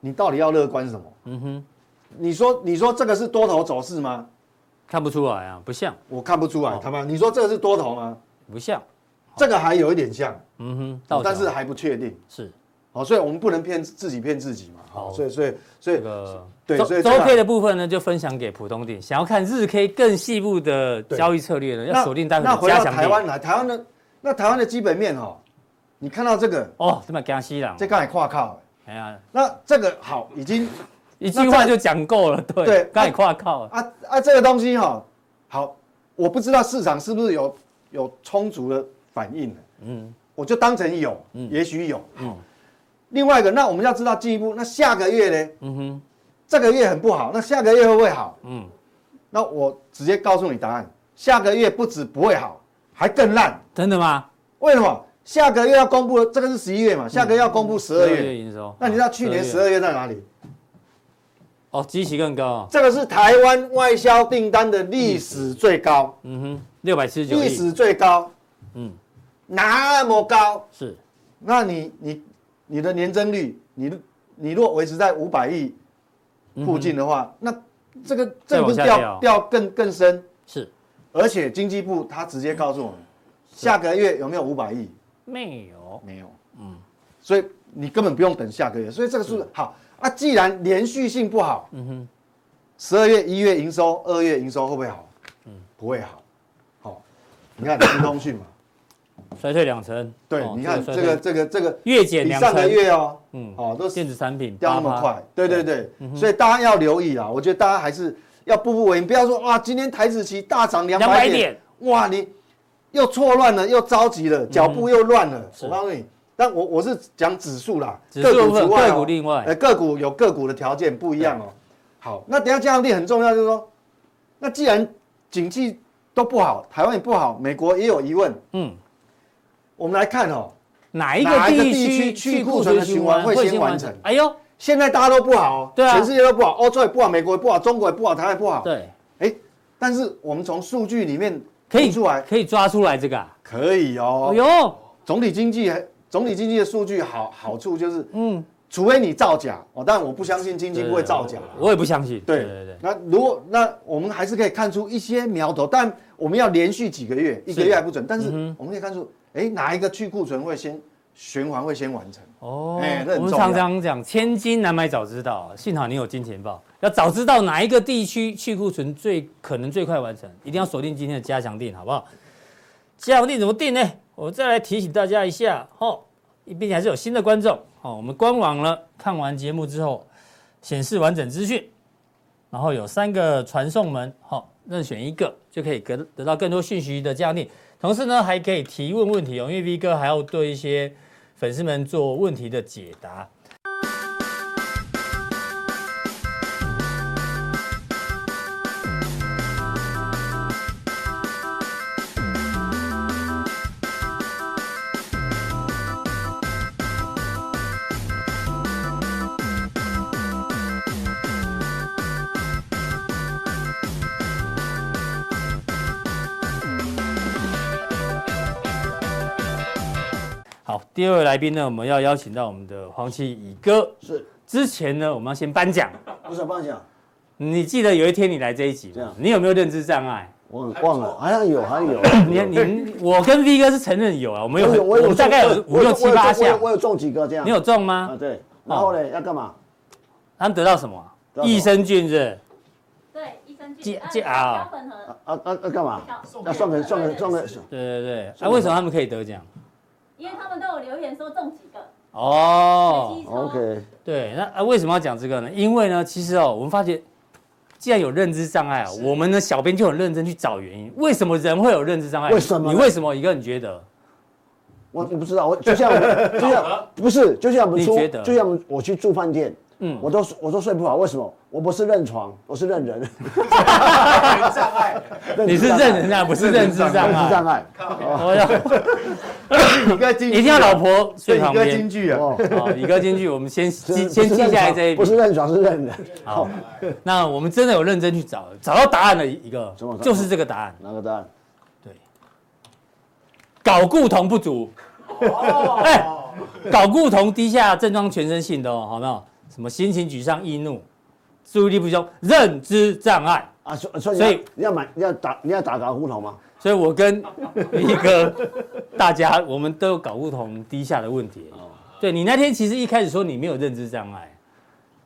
你到底要乐观什么？
嗯哼，
你说你说这个是多头走势吗？
看不出来啊，不像，
我看不出来，
哦
他妈，你说这个是多头吗？
不像，
这个还有一点像，
嗯哼，道
但是
琼
还不确定。
是
好，所以我们不能骗自己骗自己嘛。好，
好
所以所以
哦这
所以
个
对
周
所以这
周
个
K 的部分呢，就分享给普通店，想要看日 K 更细部的
对
交易策略呢，
那
要锁定待会
那
的
回
加
到
强
台
店。
湾来，台湾的那台湾的基本面哦，你看到这个，
哦，这么江西人，
这刚才跨靠，
哎呀，
那这个好已经
一句话就讲够了，对，
对
刚才跨靠了，
啊啊这个东西哈、哦，好，我不知道市场是不是有有充足的反应了
嗯，
我就当成有，也许有。
嗯
另外一个，那我们要知道进一步，那下个月呢？
嗯哼，
这个月很不好，那下个月会不会好？
嗯，
那我直接告诉你答案，下个月不止不会好，还更烂。
真的吗？
为什么？下个月要公布，这个是十一月嘛，下个月要公布十二
12
月。
营收，
那你知道去年十二
月
月在哪里？
哦，基期更高，
这个是台湾外销订单的历史最高，
嗯哼，六百七十九
历
亿，
史最高，
嗯，
那么高，
是
那你你你的年增率，你你若维持在五百亿附近的话，那这个这
嗯再
个不
往
是
下
掉
掉
掉更更深？
是
而且经济部他直接告诉我
嗯
们，下个月有没有五百亿？
没有，
没有，嗯，所以你根本不用等下个月，所以这个数字好啊。既然连续性不好，嗯哼，十二月、一月营收，二月营收会不会好？嗯，不会好。好、你看京通讯嘛，
衰退两成，
对，
哦
你看
衰
哦这
退
个这个这个
月减
比
两
上个
成，
月哦，
嗯，
哦都
电子产品
掉那么
8%
快，，对对嗯对，所以大家要留意啊啦。我觉得大家还是要步步为营，不要说哇，今天台子期大涨两百
200
点
嗯点，
哇，你又错乱了，又着急了，脚
嗯
步又乱了。我告诉你，但我我是讲指数啦，
指数部
除
分
外哦
个股另外
呃，个股有个股的条件不一样哦。好，那等一下加强力很重要，就是说，那既然景气都不好，台湾也不好，美国也有疑问，
嗯，
我们来看哦，
哪一个
哪一个地区
区
去
去
库存的循环会先完成
哎呦，
现在大家都不好哦，
对啊
全世界都不好，欧洲也不好，美国也不好，中国也不好，台湾也不好，
对，
但是我们从数据里面
可以
出来
可以抓出来这个、啊。
可以
哦
哦。
呦，
总体经济还总体经济的数据好好处就是，
嗯，
除非你造假哦，但我不相信经济不会造假。
我也不相信。
对
对对对，
那如果那我们还是可以看出一些苗头，但我们要连续几个月，一个月还
嗯
不准，但是我们可以看出，哎，哪一个去库存会先循环会先完成？
哦，
哎那很
我们
重要
常常讲千金难买早知道，幸好你有金钱豹，要早知道哪一个地区去库存最可能最快完成，一定要锁定今天的加强定，好不好？加强定怎么定呢？我再来提醒大家一下，哦，并且还是有新的观众，哦，我们官网呢看完节目之后，显示完整资讯，然后有三个传送门，好、任选一个就可以得得到更多讯息的加强定。同时呢，还可以提问问题哦，因为 V 哥还要对一些粉丝们做问题的解答。好，第二位来宾呢，我们要邀请到我们的黄奇乙哥。
是，
之前呢，我们要先颁奖。
不是我帮你讲，
你记得有一天你来这一集
这
吗
样？
你有没有认知障碍？
我很忘了，好像有，好像有。
你你我跟 V 哥是承认有啊，我们有
我
很
有，我
我
有
们
中，
大概有
我
五六七八
我有
项
中。我有中几个这样。
你有中
啊？
吗？
对。然后呢，要干嘛？
他们得到什么啊
得？到什么
益生菌是
对，益生
戒
菌，
戒啊
胶混合，
啊啊啊，干嘛？要送给送给送给
不是？对对对。
是
那为什么他们可以得奖？
因为他们都有留言说中几个，
哦
随，机抽
，OK，
对，那啊为什么要讲这个呢？因为呢，其实哦，我们发觉，既然有认知障碍啊，我们呢小编就很认真去找原因，为什么人会有认知障碍？
为什么呢
你为什么一个你觉得？
我我不知道，我就像 我们就像不是，就像我们
你
出
觉得，
就像我们我去住饭店，
嗯
嗯，我都我都睡不好，为什么？我不是认床，我是 认人，
障碍，
你是认人啊，不是认知障
认知
碍
障。碍哦
我 要
一个经啊
一定要老婆睡旁
一个京
边。
剧啊，
哦，
好，一个进去，我们先
是
记先
不是
记
认
下来
床
这一
不是
笔。
认床是认人，哦
好，那我们真的有认真去找，找到答案的一个
什么答，案
就是这个答案。
哪个答案？
对，睾固酮不足。
哦
哎，睾固酮低下症状全身性的哦，好没有？什么心情沮丧、易怒、注意力不集中、认知障碍。
啊，所所以
所
你
以
要你要买你要打你要打搞胡同吗？
所以我跟一哥，大家我们都有睾固酮低下的问题。
哦
对你那天其实一开始说你没有认知障碍，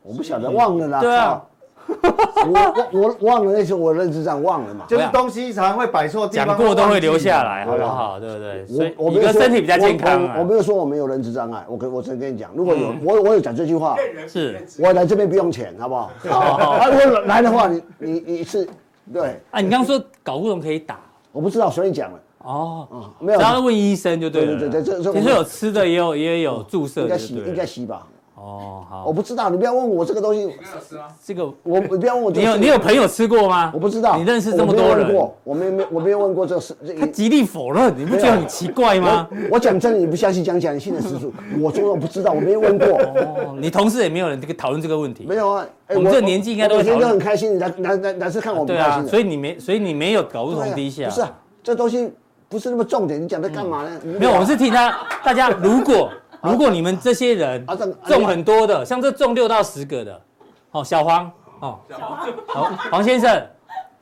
我不晓得，忘了啦。
对啊
靠，我我我忘了那些，我认知上忘了嘛。
就是东西常会摆错地
讲
方，
过都
忘
会
记
留下来，好
对
不
啊
好？对不对？所
我我
以一
没有
哥
说
身体比较健康
我我我没
啊。
有说我没有认知障碍，我跟我真跟你讲，如果有、我我有讲这句话，
骗人
是
骗人
我来这边不用钱，好不 好？啊，如果来的话，你你你是对，
啊，你刚刚说睾固酮可以打
我不知道，所以讲了，
哦。
啊，没有
只，要问医生就对了啦。
对对对这这
听说有吃的，也有也有注射
应该
的，
洗
就
应
对
该
了。
洗吧，
哦，
我
好，
不知道，你不要问我这个东西，
没有吃吗？
这个
我你不要问我这
你
个
有
事
你有朋友吃过吗？
我不知道，
你认识这么
我没有
多
问
人，
过，我没没我没有问过这个事，这
他极力否认，你不觉得很奇怪吗？
我我讲真的，你不相信讲讲你信 的实数，我说我不知道，我没问过。
哦，你同事也没有人这个讨论这个问题
没。有啊，哎
我们这个年纪应该都会
我每天
讨
都
论
很开心，男男男男是看我不
对
开心
啊，
的，
所
以
以你没，所以你没有睾固酮低下。
不是啊，这东西不是那么重点，你讲它干嘛呢？无
嗯
聊
没有，我们是替他大家，如果 如果你们这些人
啊这个
中很多的，像这中六到十个的，哦，小黄哦，黄黄先生，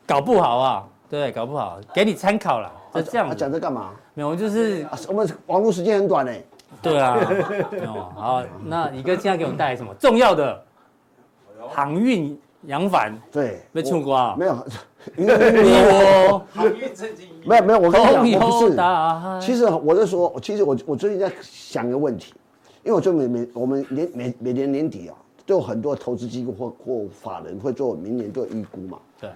搞不好啊，对，搞不好，给你参考啦，就这样
啊讲
子。
这干嘛？
没有，我们就是
啊我们网络时间很短呢，
对 啊，没有啊好，那你哥今天给我们带来什么重要的航运扬帆？
对，
被冲
我
过啊？
没有， 没有没有
你我
好运震惊一
没有没有，我跟
同
你讲，我不
游
是，
大海。
其实我在说，其实我我最近在想一个问题，因为我就每每我们年每每年年底啊，都有很多投资机构或或法人会做明年做预估嘛，
对，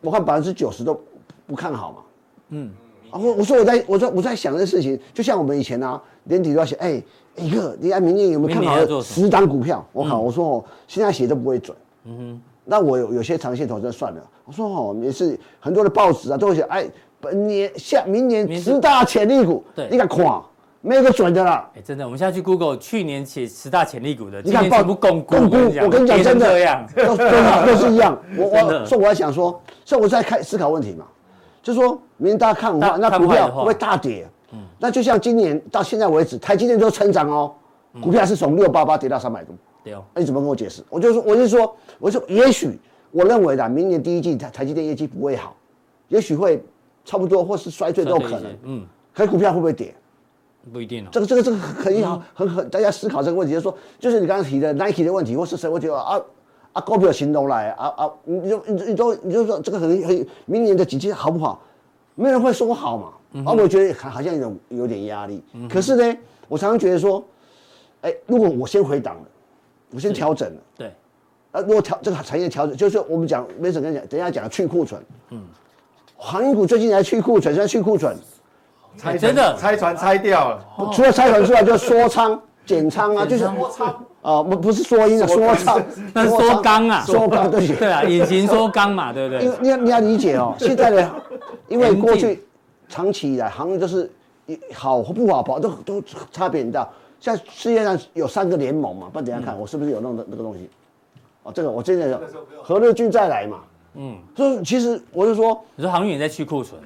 我看百分之九十都不不看好嘛。
嗯，
啊，我我说我在我在我在想这事情，就像我们以前啊，年底都要写，哎、一个你看明年有没有看
明年要做
好
什么嗯
十档股票？我靠，我说哦，现在写都不会准。嗯哼，那我有有些长线投资就算了，我说哦，也是很多的报纸啊都会写，哎，本年下明年
明
十大潜力股，
对
你敢垮，没有一个准的啦。
哎，真的，我们现在去 Google 去年写十大潜力股的，
你
今
看
年
报
全部共估，
共估，我跟你讲
跌成
真的，
这样，
都都都是一样。我
真的
我所以我在想说，所以我在开思考问题嘛。就说明年大家看
大
坏，那
看
股
坏的
票
话嗯
会不会大跌？那就像今年到现在为止，台积电都成长哦，
嗯
股票是从六八八跌到三百多。
对哦，
那你怎么跟我解释？我就说，我就说，我就说，也许我认为啦，明年第一季台台积电业绩不会好，也许会差不多，或是衰退都有
算对一
可
些
能。
嗯，
可是股票会不会跌？
不一定哦。
这个这个这个很很好，很很大家思考这个问题，就是说，就是你刚刚提的 Nike 的问题，或是谁会觉得啊啊股票行动来啊啊，你就你就你都你就说这个很很明年的经济好不好？没有人会说好嘛，啊，我觉得好好像有有点压力。可是呢，我常常觉得说，哎，如果我先回档了，我先调整了。
对，
啊，如果调这个产业调整，就是我们讲没怎跟你讲，等一下讲去库存。嗯，航运股最近才去库存，现在去库存，
哎真的哦
拆船拆掉 了，
除了拆船之外，就是缩仓、哦减仓啊，就是
我操，
啊，不不是缩阴啊，缩仓，
那是缩缸啊
缩缸对不起。
对啊，隐形缩缸嘛，对不
因为
对？
你要你要理解 哦，现在的，因为过去长期以来行业都是一好或不好跑都都差别很大。现在世界上有三个联盟嘛，不然等一
嗯
下看我是不是有弄的那个东西。哦，这个我真的有
那时候不用
何日君再来嘛。嗯，所以其实我就说，
你说航运也在去库存，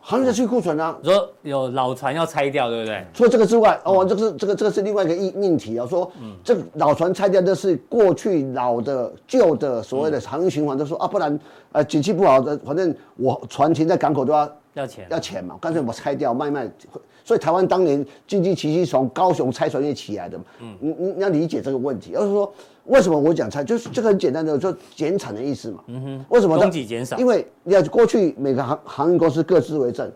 行业在去库存啊，
你说有老船要拆掉，对不对？
除了这个之外，哦，这个是这个这个是另外一个命命题啊，说这个老船拆掉，这是过去老的旧的所谓的航运循环，都说啊，不然呃景气不好的，反正我船停在港口都要
要钱，
要钱嘛，干脆我拆掉卖卖。所以台湾当年经济奇迹从高雄拆船业起来的嘛，你你你要理解这个问题，而是说为什么我讲拆，就是这个很简单的，就减产的意思嘛。嗯哼，为什么它
供给减少
因为你要过去每个航航运公司各自为政，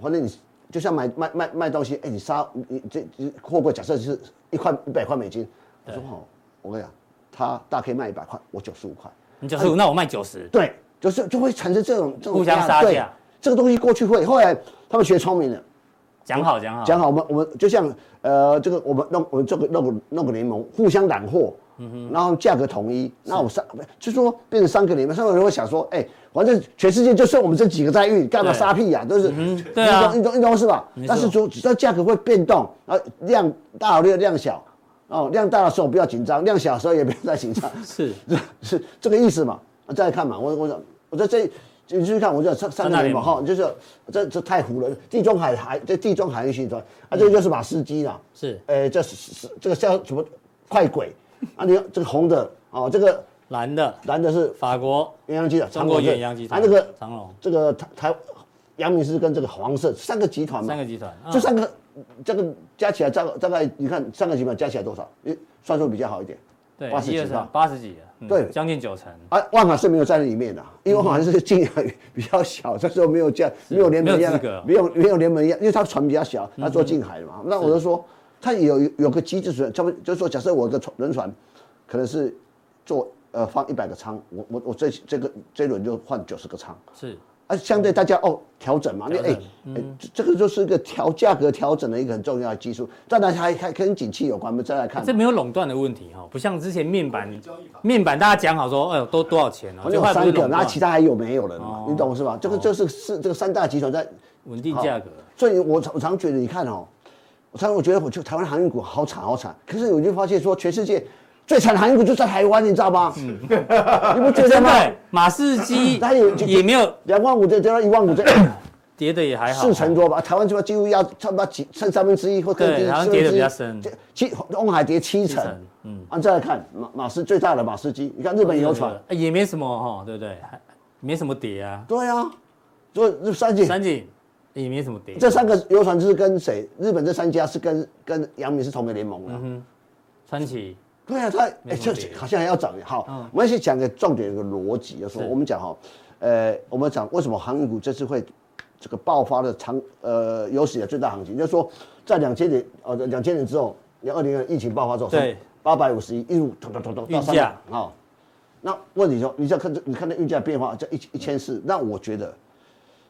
反正你就像买卖卖卖东西，哎、你杀你这这货柜假设是一块一百块美金，我说哦，我跟你讲，他大可以卖一百块，我九十五块。
你九十五，那我卖九十，
对，就是就会产生这种这种
互相
压力
杀
对
价
这个东西过去会，后来他们学聪明了，
讲好讲好
讲好我们我们就像呃这个我们弄我们这个弄个弄个联盟互相揽货，
嗯
然后价格统一，那我三就说变成三个联盟，三个人会想说，哎、反正全世界就剩我们这几个在运，干嘛
对
杀屁呀、都是
对啊
你懂你懂你懂是吧
没？错
但是主只要价格会变动，啊量大略量小。哦，量大的时候不要紧张，量小的时候也不要太紧张。
是
是 是这个意思嘛？啊再来看嘛，我我想，我在这你去看，我就上上
三大
个
联
联盟
盟
哈，就是这这太糊了，地中海海这地中海运行船啊，这个就是马士基啦，
是
呃，这是是这个叫什么快轨啊？你看这个红的哦，这个
蓝的，
蓝的是
法国
鸳鸯机的，
中国
长
远
龙
洋集
啊
团，，
那个
长隆
这个台台阳明是跟这个黄色三个集团嘛，
三个集团，嗯
这三个这个加起来大概大概你看三个集团加起来多少？你算数比较好一点，
对
80，
一二
几吧
三八十几了，嗯
对
将近九成，
啊，万华是没有在里面的、啊因为万华是竞量 比较小，这时候没有这样，没有联盟一样
没有资格
的，没有没有联盟一样，因为他船比较小，他做近海的嘛。那我就说，他有有个机制是，他们就是说，假设我有个船轮船，可能是做呃放一百个仓，我我我这这个这一轮就换九十个仓，
是
啊，相对大家哦调整嘛，那
调
哎
整嗯
哎、这这个就是一个调价格调整的一个很重要的技术，当然还还跟景气有关，我们再来看。
这没有垄断的问题哈，不像之前面板
交易法，
面板大家讲好说，哎呦，都多少钱哦，
反正
就
有
后来不
三
是
个，
垄
那
断，
其他还有没有了嘛？
哦
你懂是吧？这个这是是这个三大集团在
稳定价格，
所以我常我常觉得，你看哦，我常我觉得我就台湾航运股好惨好惨，可是我就发现说，全世界最惨的航运股就在台湾，你知道吗？
嗯
你不觉得
真
吗？
的马士基
啊 那也就
也没有
两万五的跌到一万五的，
跌的也还好，
四成多吧，台湾这边几乎要差不多几剩三分之一或更
对
低，
台湾
四分
跌得
之
比
一
较深
这七东海跌七
七
成
成，
嗯，啊，再来看马马士最大的马士基，你看日本有船，
哎也没什么哈，对不对？还没什么跌啊，
对啊，所以这三姐
三井也没什么跌，
这三个游船是跟谁？日本这三家是跟跟阳明是同个联盟的、
川崎
对啊，他
嗯没
哎，
什么嗯
这
别的
好像还要涨。好，我们先讲个重点，有个逻辑，就是说
是
我们讲哈，呃，我们讲为什么航运股这次会这个爆发的长呃有史以来最大行情，就是说在两千年呃两千年之后，两二零年疫情爆发之后，
对，
八百五十一一路咚咚咚咚到
运价
三百啊。哦那问题说，你再看这，你看那运价变化，这一一千四，那我觉得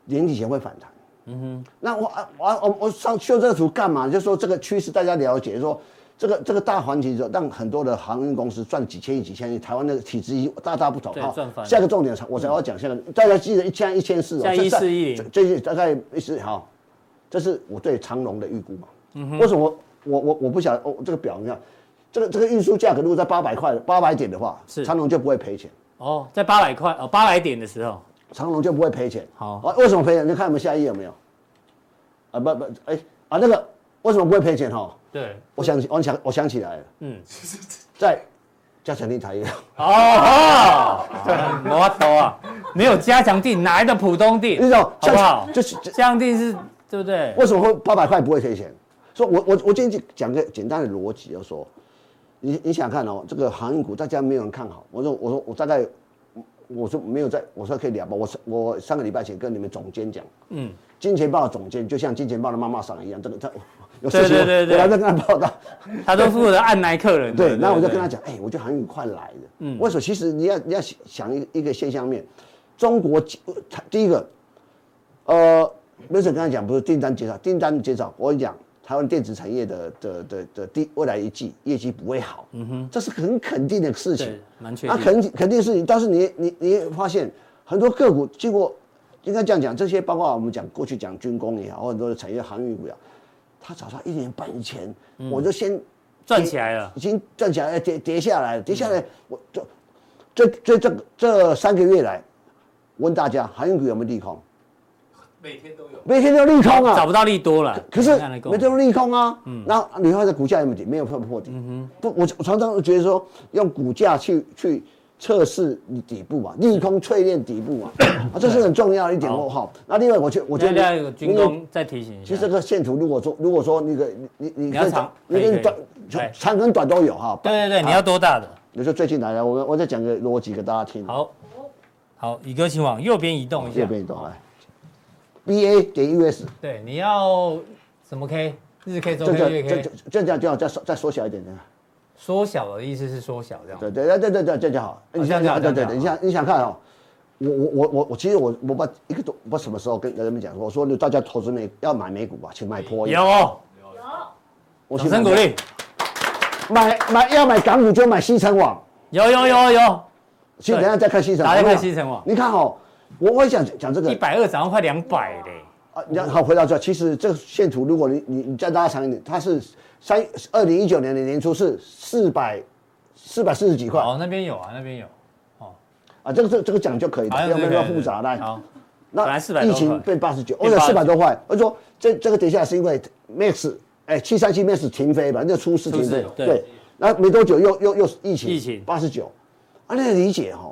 年底前会反弹。
嗯
那我啊我啊我我上秀这个图干嘛？就说这个趋势大家了解，说这个这个大环境之后，让很多的航运公司赚几千亿、几千亿，台湾那个体制已经大大不同。
对赚翻了嗯
下一个重点我才要讲下一个，大家记得一千一千四哦，
现在1410
这最近大概一四好，这是我对长龙的预估嘛。
嗯
为什么我我我我不想哦这个表你看，这个这个运输价格如果在八百块八百点的话
是，
长龙就不会赔钱。
哦，在八百块哦八百点的时候，
长隆就不会赔钱。
好
啊，为什么赔钱？你看我们下一页有没有？啊不不，哎、啊那个为什么不会赔钱哈？
对，
我想起我想我想起来了，
嗯，
在加强力 台一样，
哦，我懂啊，没有加强定，哪来的浦东
你知
定？
道
好不好
就是就
加强定是，对不对？
为什么会八百块不会赔钱？所以我我我今天讲个简单的逻辑，就说，你你想看哦，这个航运股大家没有人看好，我说我说我大概，我说没有在，我说可以聊吧，我上我上个礼拜前跟你们总监讲，
嗯，
金钱豹总监就像金钱豹的妈妈桑一样，这个他有
对
事情
对对对
我还在跟他报道，
他都负责按来客人的。
对，那我就
对
跟他，讲，哎、我觉得韩语快来了。
嗯
嗯，为什么？其实你要你要想一一个现象面，中国呃它第一个，呃，没事，刚才讲不是订单减少，订单减少，我跟你讲，台湾电子产业的的的的第未来一季业绩不会好，嗯哼，这是很肯定的事情啊
对，蛮确
那
定
肯定肯定是你，但是你你你也发现很多个股经过，应该这样讲，这些包括我们讲过去讲军工也好，或者说产业航运股也好，它早上一年半以前、我就先
赚起来了
已经站起来，跌跌下来了，跌下来，我这这这这这三个月来，问大家航运股有没有利空？
每天都有。
每天都利空
找
啊，
不到利多了。
可是
看得够
每天都利空啊。然后你看的股价有没有跌？没有破破底。不，我我常常觉得说，用股价去去测试你底部嘛，利空淬炼底部嘛，啊，这是很重要的一点。
好
我好，那另外我觉我
我
觉
觉
得
得要有军
因为
工再提醒一
其
下。
实这个线图，如果说如果说那个你你你
你要
跟
长
你
可以可
跟
以
短
对
长跟短都有哈。
对对对，你要多大的？
你说最近来了，啊我们我再讲个逻辑给大家听。，
好，好，宇哥，请往右边移动一下。
这边懂来。B A 点 U S，
对，你要什么 K？日 K、周
这
K、
这
月
这
K，
这这样就好，再缩再缩小一点点。
缩小的意思是缩小这样。
对对对对对对，这样就好。
这样就好
对
这
对
样就好
对，你想你想看哦，我我我我我其实我我把一个都我什么时候跟人们讲说，我说大家投资美要买美股吧，请买波音，
有哦，
有
我
掌
请
声鼓励。
买买要买港股就买西城网，
有有有有，
其实
对
等一下再看西城，
大家
好不好
看西城网
你看哦，我我想讲这个
一百二涨到快两百嘞。
啊，你看好，回到这，其实这个线图，如果你你你再拉长一点，它是三二零一九年的年初是四百四百四十几块
哦，那边有啊，那边有。
啊，这个哎这这个讲就可以
好
了，不要
这
那
个
么复杂来。
好，本来400
那
多
疫
块
情变八十九，
变
或者四
89
百多块，我说这这个跌下来是因为 Max 哎七三七 Max 停飞吧，那出事停
出事
飞，
对
对，然后没多久又又又疫情，
疫情
八十九，啊，那个理解哈，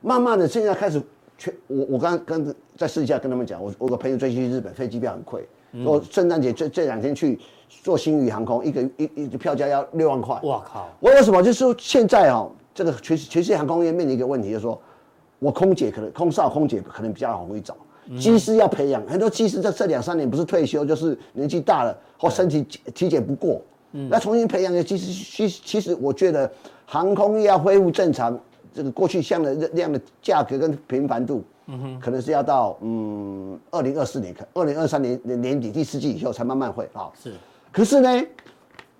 慢慢的现在开始全我我刚刚在私底下跟他们讲，我我有个朋友最近去日本，飞机票很贵，我圣诞节这这两天去坐星宇航空，一个一一票价要六万块，
哇靠，
我为什么？就是说现在哦，这个全世全世界航空业面临一个问题，就是说我空姐可能空少、空姐可能比较容易找，机师要培养，很多机师在这两三年不是退休，就是年纪大了或身体体体检不过，那重新培养一个机师，其实其实我觉得航空业要恢复正常，这个过去像的那样的价格跟频繁度。可能是要到嗯，二零二四年，可二零二三年年年底第四季以后才慢慢会啊。
是，
可是呢，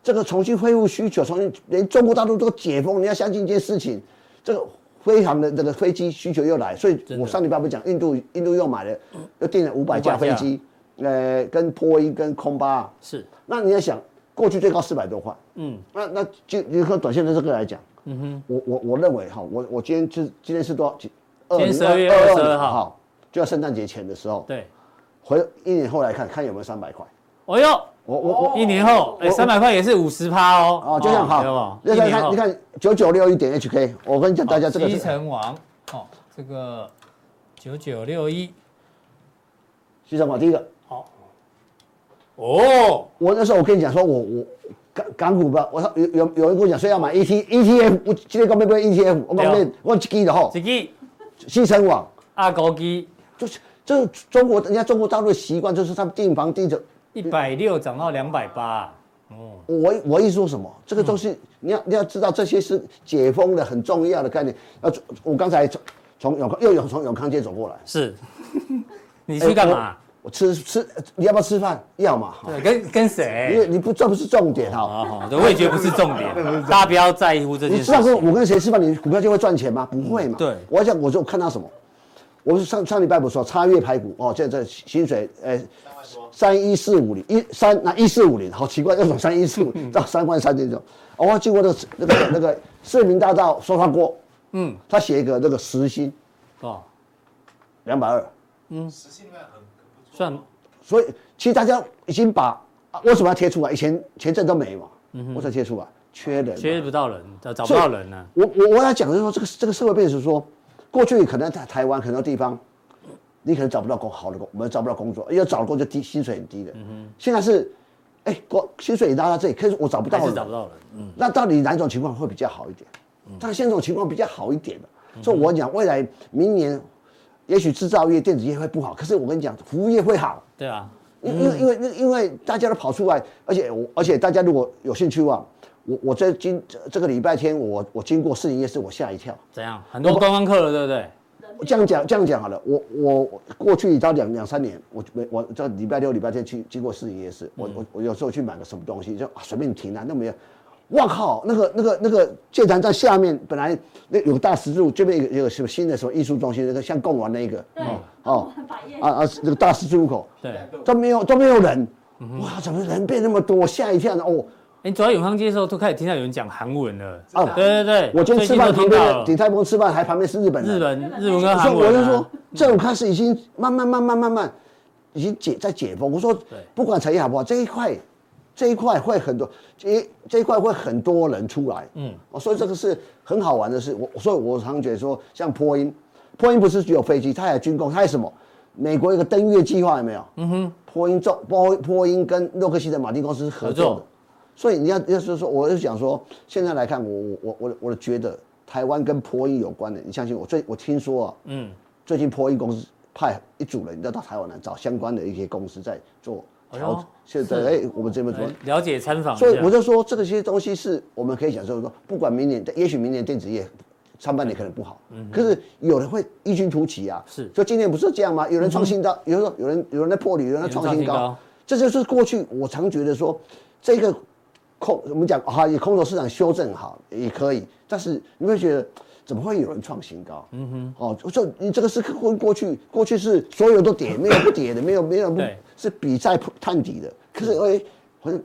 这个重新恢复需求，重新连中国大陆都解封，你要相信一件事情，这个飞航的这个飞机需求又来，所以
真的嗯
我上礼拜不是讲印度，印度又买了，又订了五百
架
架飞机，呃，跟波音跟空巴，
是，
那你要想，过去最高四百多块，
嗯，
那那就你看短线的这个来讲，嗯哼，我我我认为哈，我我今天就是今天是多少？
今天12月
2022
22号
好，就要圣诞节前的时候，
对。
回一年后来看看有没有三百块，
哦哟，
我我我
一年后，哎，
我
三百块也是五十趴哦。
哦，就像
有没
好
有，
那
一
你
年后
看，你看九九六一点 HK，我跟你讲，大家这个
西
是
城王，哦，这个九九六一，
西城网第一个，
哦，
我那时候我跟你讲说，我我港港股吧，我说有有有人跟我讲说要买 E ET ETF，我今天讲要买 ETF，我讲
对
咩，我记的吼
这，个
西城网
阿高基
就是就是中国人家中国大陆的习惯，就是他们订房订着，
一百六涨到两百八，
我我一说什么，这个东西你要你要知道，这些是解封的很重要的概念。那我刚才从从永康又有从永康街走过来，
是， 你去干嘛？
我吃吃，你要不要吃饭？要嘛。
对，跟跟
因为
谁？
你不这不是重点哈。
哎啊，好，这味觉不是重 点，大家不要在乎这
你
件
知
事
道
情。嗯
说我跟谁吃饭，你股票就会赚钱吗？不会嘛。
对
我想我就看到什么，我是上上礼拜不是说差月排骨哦，现在薪水呃三一四五零一三那一四五零，好奇怪，又从三一四五 到三万三这种。哦我经过那个那个那个市民大道收发锅，
嗯，
他写一个那个时薪
哦，
两百二。
实性量很不错，
算
所以其实大家已经把、啊、为什么要贴出来？以前前阵都没嘛，我才贴出来，缺人嘛。
嗯缺不到人，找找不到人啊呢、
我我我要讲的是说，这个这个社会变成说，过去可能在台湾很多地方，你可能找不到工好的工，我们找不到工作，因为找的工作低，薪水很低的。
嗯
现在是，哎、工薪水也拉到这里，可是我找不到
还
了
是。找不到人。嗯，
那到底哪一种情况会比较好一点？当然，现在这种情况比较好一点嘛。
嗯
所以我讲，未来明年，也许制造业、电子业会不好，可是我跟你讲，服务业会好。
对啊，
因因为因为因为大家都跑出来，而且我而且大家如果有兴趣啊，我我这今这这个礼拜天我我经过四营夜市，我吓一跳。
怎样？很多观光客了，对不对？
人
我这样讲这样讲好了，我我我过去到两两三年，我我我这礼拜六礼拜天去经过四营夜市，我我我有时候去买个什么东西，就啊随便停啊，那没有。哇靠！那个、那个、那个建坛站下面本来那有个大石柱，这边有个有个什么新的什么艺术中心，那个像贡丸那个，
对
哦
法院
啊啊，那个大十字路口，
对。哎
都没有都没有人，哇，怎么人变那么多？我吓一跳哦！
你走到永康街的时候，都开始听到有人讲韩文了。
啊
对对对，
我今天吃
最近都
饭旁
听
边
到
的
了
鼎泰丰吃饭，还旁边是日本人。
日本日文跟
我说
韩
我
文、啊。
就说，这种开始已经慢慢慢慢慢慢，已经解在解封。我说
对，
不管产业好不好，这一块这一块会很多，这这一块会很多人出来。嗯，哦，所以这个是很好玩的事。我所以我常觉得说，像波音，波音不是只有飞机，它还有军工，它还有什么？美国有个登月计划有没有？嗯哼，波音做波波音跟洛克希德马丁公司是
合
合作的
作。
所以你要要是说，我就想说，现在来看，我我我我我觉得台湾跟波音有关的，你相信我。最我听说啊，嗯，最近波音公司派一组人要到台湾来找相关的一些公司在做
哎呦
调，现在
是
哎、我们这边做
哎。了解参访一下，
所以我就说，这个些东西是我们可以享受说，不管明年，也许明年电子业上半年可能不好，可是有人会异军突起啊。
嗯是嗯
所以今年不是这样吗？有人创新高，有人有人有人在破底，有人在创
有人创
新
新
高
高，
这就是过去我常觉得说，这个空我们讲啊，也空头市场修正好也可以，但是你会觉得。怎么会有人创新高？嗯哼，哦，就你这个是跟过去，过去是所有都跌，没有不跌的，没有没有不
对
是比赛探底的。可是哎，好像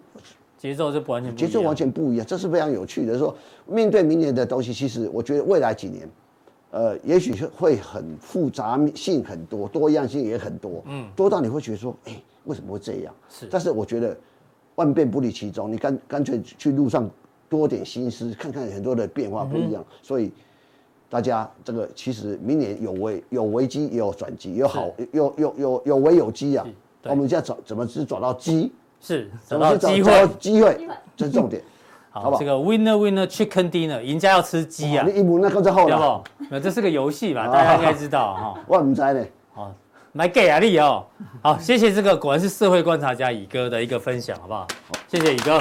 节奏就不完全不一
节
样
奏完全不一样，这是非常有趣的。说面对明年的东西，其实我觉得未来几年，呃，也许是会很复杂性很多，多样性也很多，嗯，多到你会觉得说，哎、为什么会这样？
是
但是我觉得万变不离其宗，你干干脆去路上多点心思，看看很多的变化不一
嗯
样，所以。大家这个其实明年有危有危机也有转机，有好有有有有危有机啊！
对
我们现在找怎么去找到机，
是
怎
找到
么去找
机
找
会
到。机会
机会，
这是 重点。好
好
不，好
这个 winner winner chicken dinner，赢家要吃鸡啊
你，啊一模那个在后
对
了，
不？那这是个游戏吧，大家应该知道哈。
我唔知呢。
好，买给啊力哦。 好，谢谢这个果然是社会观察家乙哥的一个分享，好不好？谢谢乙哥。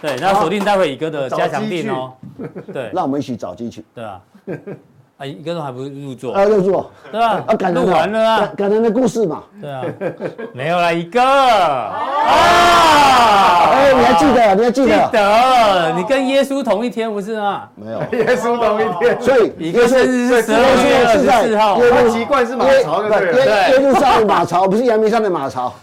对，那锁定待会乙哥的加强定哦。 对，
让我们一起找进去。
对啊。啊，乙哥都还不入座，
啊，六柱，
对吧
啊，？呃感人
录
的
完了啊，
感人的故事嘛。
对啊。没有啦，乙哥。啊，
哎，你还记得？你还记
记
得？
得，你跟耶稣同一天不是吗？
没有。
耶稣同一天，
所以
乙哥生日是十二月二十四号。
耶
他籍贯是马槽就对
耶
了。
对
耶路撒冷马槽不是阳明山的马 槽。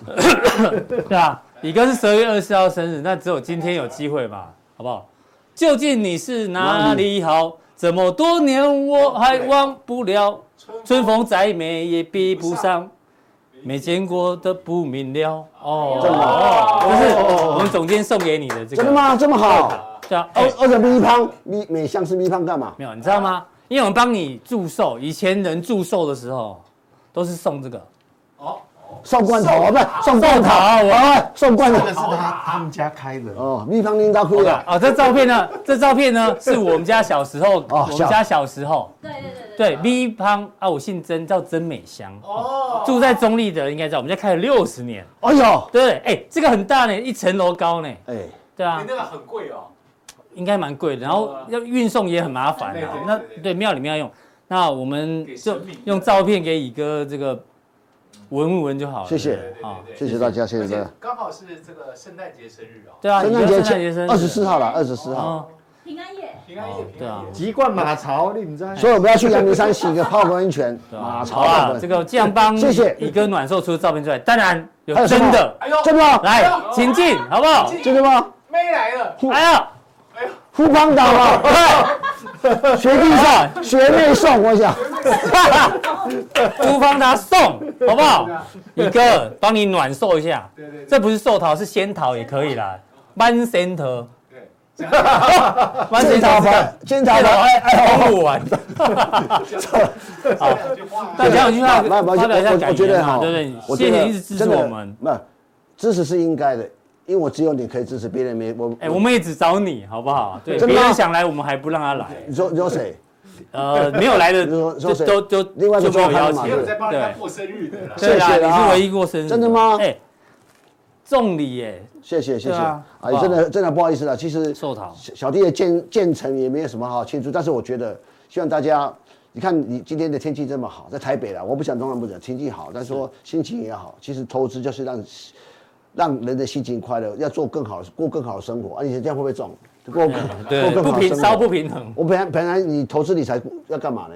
对啊，你哥是十二月二十四号生日，那只有今天有机会嘛，好不好？究竟你是哪里好？这么多年我还忘不了，春风再美也比不上没见过的不明了。哦，
真的吗
哦这是我们总监送给你的这
真
个，
的吗？这么好？
对啊，
二
哎
二十米汤，米每箱是米汤干嘛？
没有，你知道吗？因为我们帮你祝寿，以前人祝寿的时候都是送这个
送罐头啊，不是送罐头，啊，送罐头
这。个是哦他他们家开的，
哦，米汤拎到哭了。
哦，这照片呢？这照片呢是我们家小时候，
哦
我
小
们家小时候。
对对对
对，V 胖啊，我姓曾，叫曾美香。哦，住在中立的人应该知道，我们家开了六十年。
哎呦，
对，哎，这个很大呢，一层楼高呢。
哎，
对啊
你，那个很贵哦，
应该蛮贵的，然后要运送也很麻烦
对
啊
对。
那
对对
对庙里面要用，那我们
给
就
神明
用照片给乙哥这个闻一闻就好了。
谢谢
对啊，
谢谢大家，谢谢大
而且
家。
刚好是这个圣诞节生日哦，
对啊，
圣
乙
诞
哥
节
圣诞节生
前
日
二十四号了，二十四号。
哦，
平安夜，
平安夜
哦
平
对啊
安夜，
籍贯马槽，你们知道？
所以我们要去阳明山洗个泡个温泉，
对啊
马槽
好啊，这个既然帮
谢谢
乙哥暖寿出照片出来，当然有
还有什
真
么
的，
哎呦，
真的吗？
来，请进，好不好？哎
真的吗？
妹来了，
哎呀，
富邦岛吗？
对，
学弟上学妹送，我想
孤芳他送，好不好？一个帮你暖受一下，
对对对
这不是寿桃，是仙桃也可以啦。Man Center，
对，
Man
金
Center
桃
是
牌
干，
金
太
桃
老
牌，
爱爱荒古玩，
这两句话啊
大家有句话
那那我
发表一下
我我
感
觉
言
得
嘛，
哈，
对不对？
我
谢
觉
谢
得
你一直支持
真的
我们，
那支持是应该的，因为我只有你可以支持，别人没我。
哎，我们也只找你，好不好？对，
真
别
的啊
人想来，我们还不让他来，
你说你说谁？
呃，没有来的
说
就
说谁
都都
另外一
就
个
没有
周刊
邀
嘛
请
对
没有
不，
在帮人家过生日的啦。
对啦，
谢谢
你
啦
是唯一过生日，
真的吗
哎，中礼耶，
谢谢谢
对
谢，
啊
哎，真的真的不好意思了。其实
寿桃
小小弟的建建成也没有什么好庆祝，但是我觉得希望大家，你看你今天的天气这么好，在台北啦，我不想东南不讲天气好，但是说心情也好。其实投资就是让让人的心情快乐，要做更好过更好的生活，而、啊、且这样会不会中？过更
对
过，更
不
好的
平
生
稍不
活。
平衡，
我本来本来你投资理财要干嘛呢？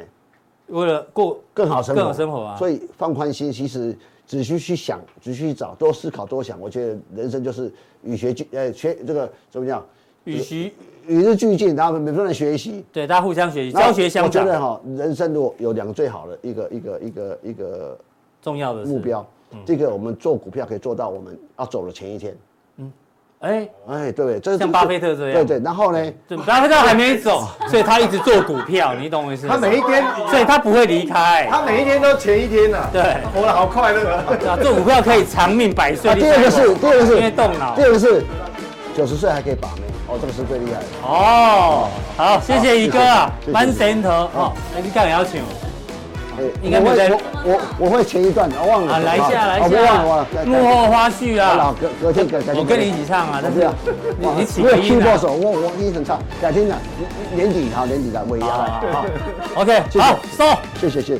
为了过
更好生活，
更好生活啊，
所以放宽心，其实只需去想，只需去找，多思考，多想。我觉得人生就是与学俱，呃，学这个怎么讲，
与其
与日俱进，然后每个人学习。
对大家互相学习，
然后
教学相
我觉
长，
得哈，人生如果有两个最好的一个一个一个一个
重要的是
目。标，
嗯
这个我们做股票可以做到我们要走的前一天。
哎，
哎，对不对？这
像巴菲特这样嗯
对对，然后呢？
对，巴菲特还没 走，所以他一直做股票，你懂我意思吗？
他每一，天，
所以他不会离开。
他每一天都前一天呐、
对，
活得好快乐啊！
啊，做股票可以长命百岁。
啊，第二个是第二个是
因为动脑
第。二个是九十岁还可以把妹，哦，这个是最厉害的。
哦，好，谢谢一哥啊
谢，谢
搬神头哦，那你干嘛要请我？
哎
应该没
我
有
会
在
我我我会前一段，我哦忘了
啊，来一下，来
我
一
哦不忘了，忘了
下，幕后花絮
啊
啊，，
隔隔天改改天
我跟你一起唱啊，但
这
是
样，
你
哇
你起
我
个
有
音
key
啊
boss，。我我英语很差，啊改天呢，年底好，年底来我也
好
要
好
来，
好
好，
，OK，
谢谢
好，收。
谢谢谢谢。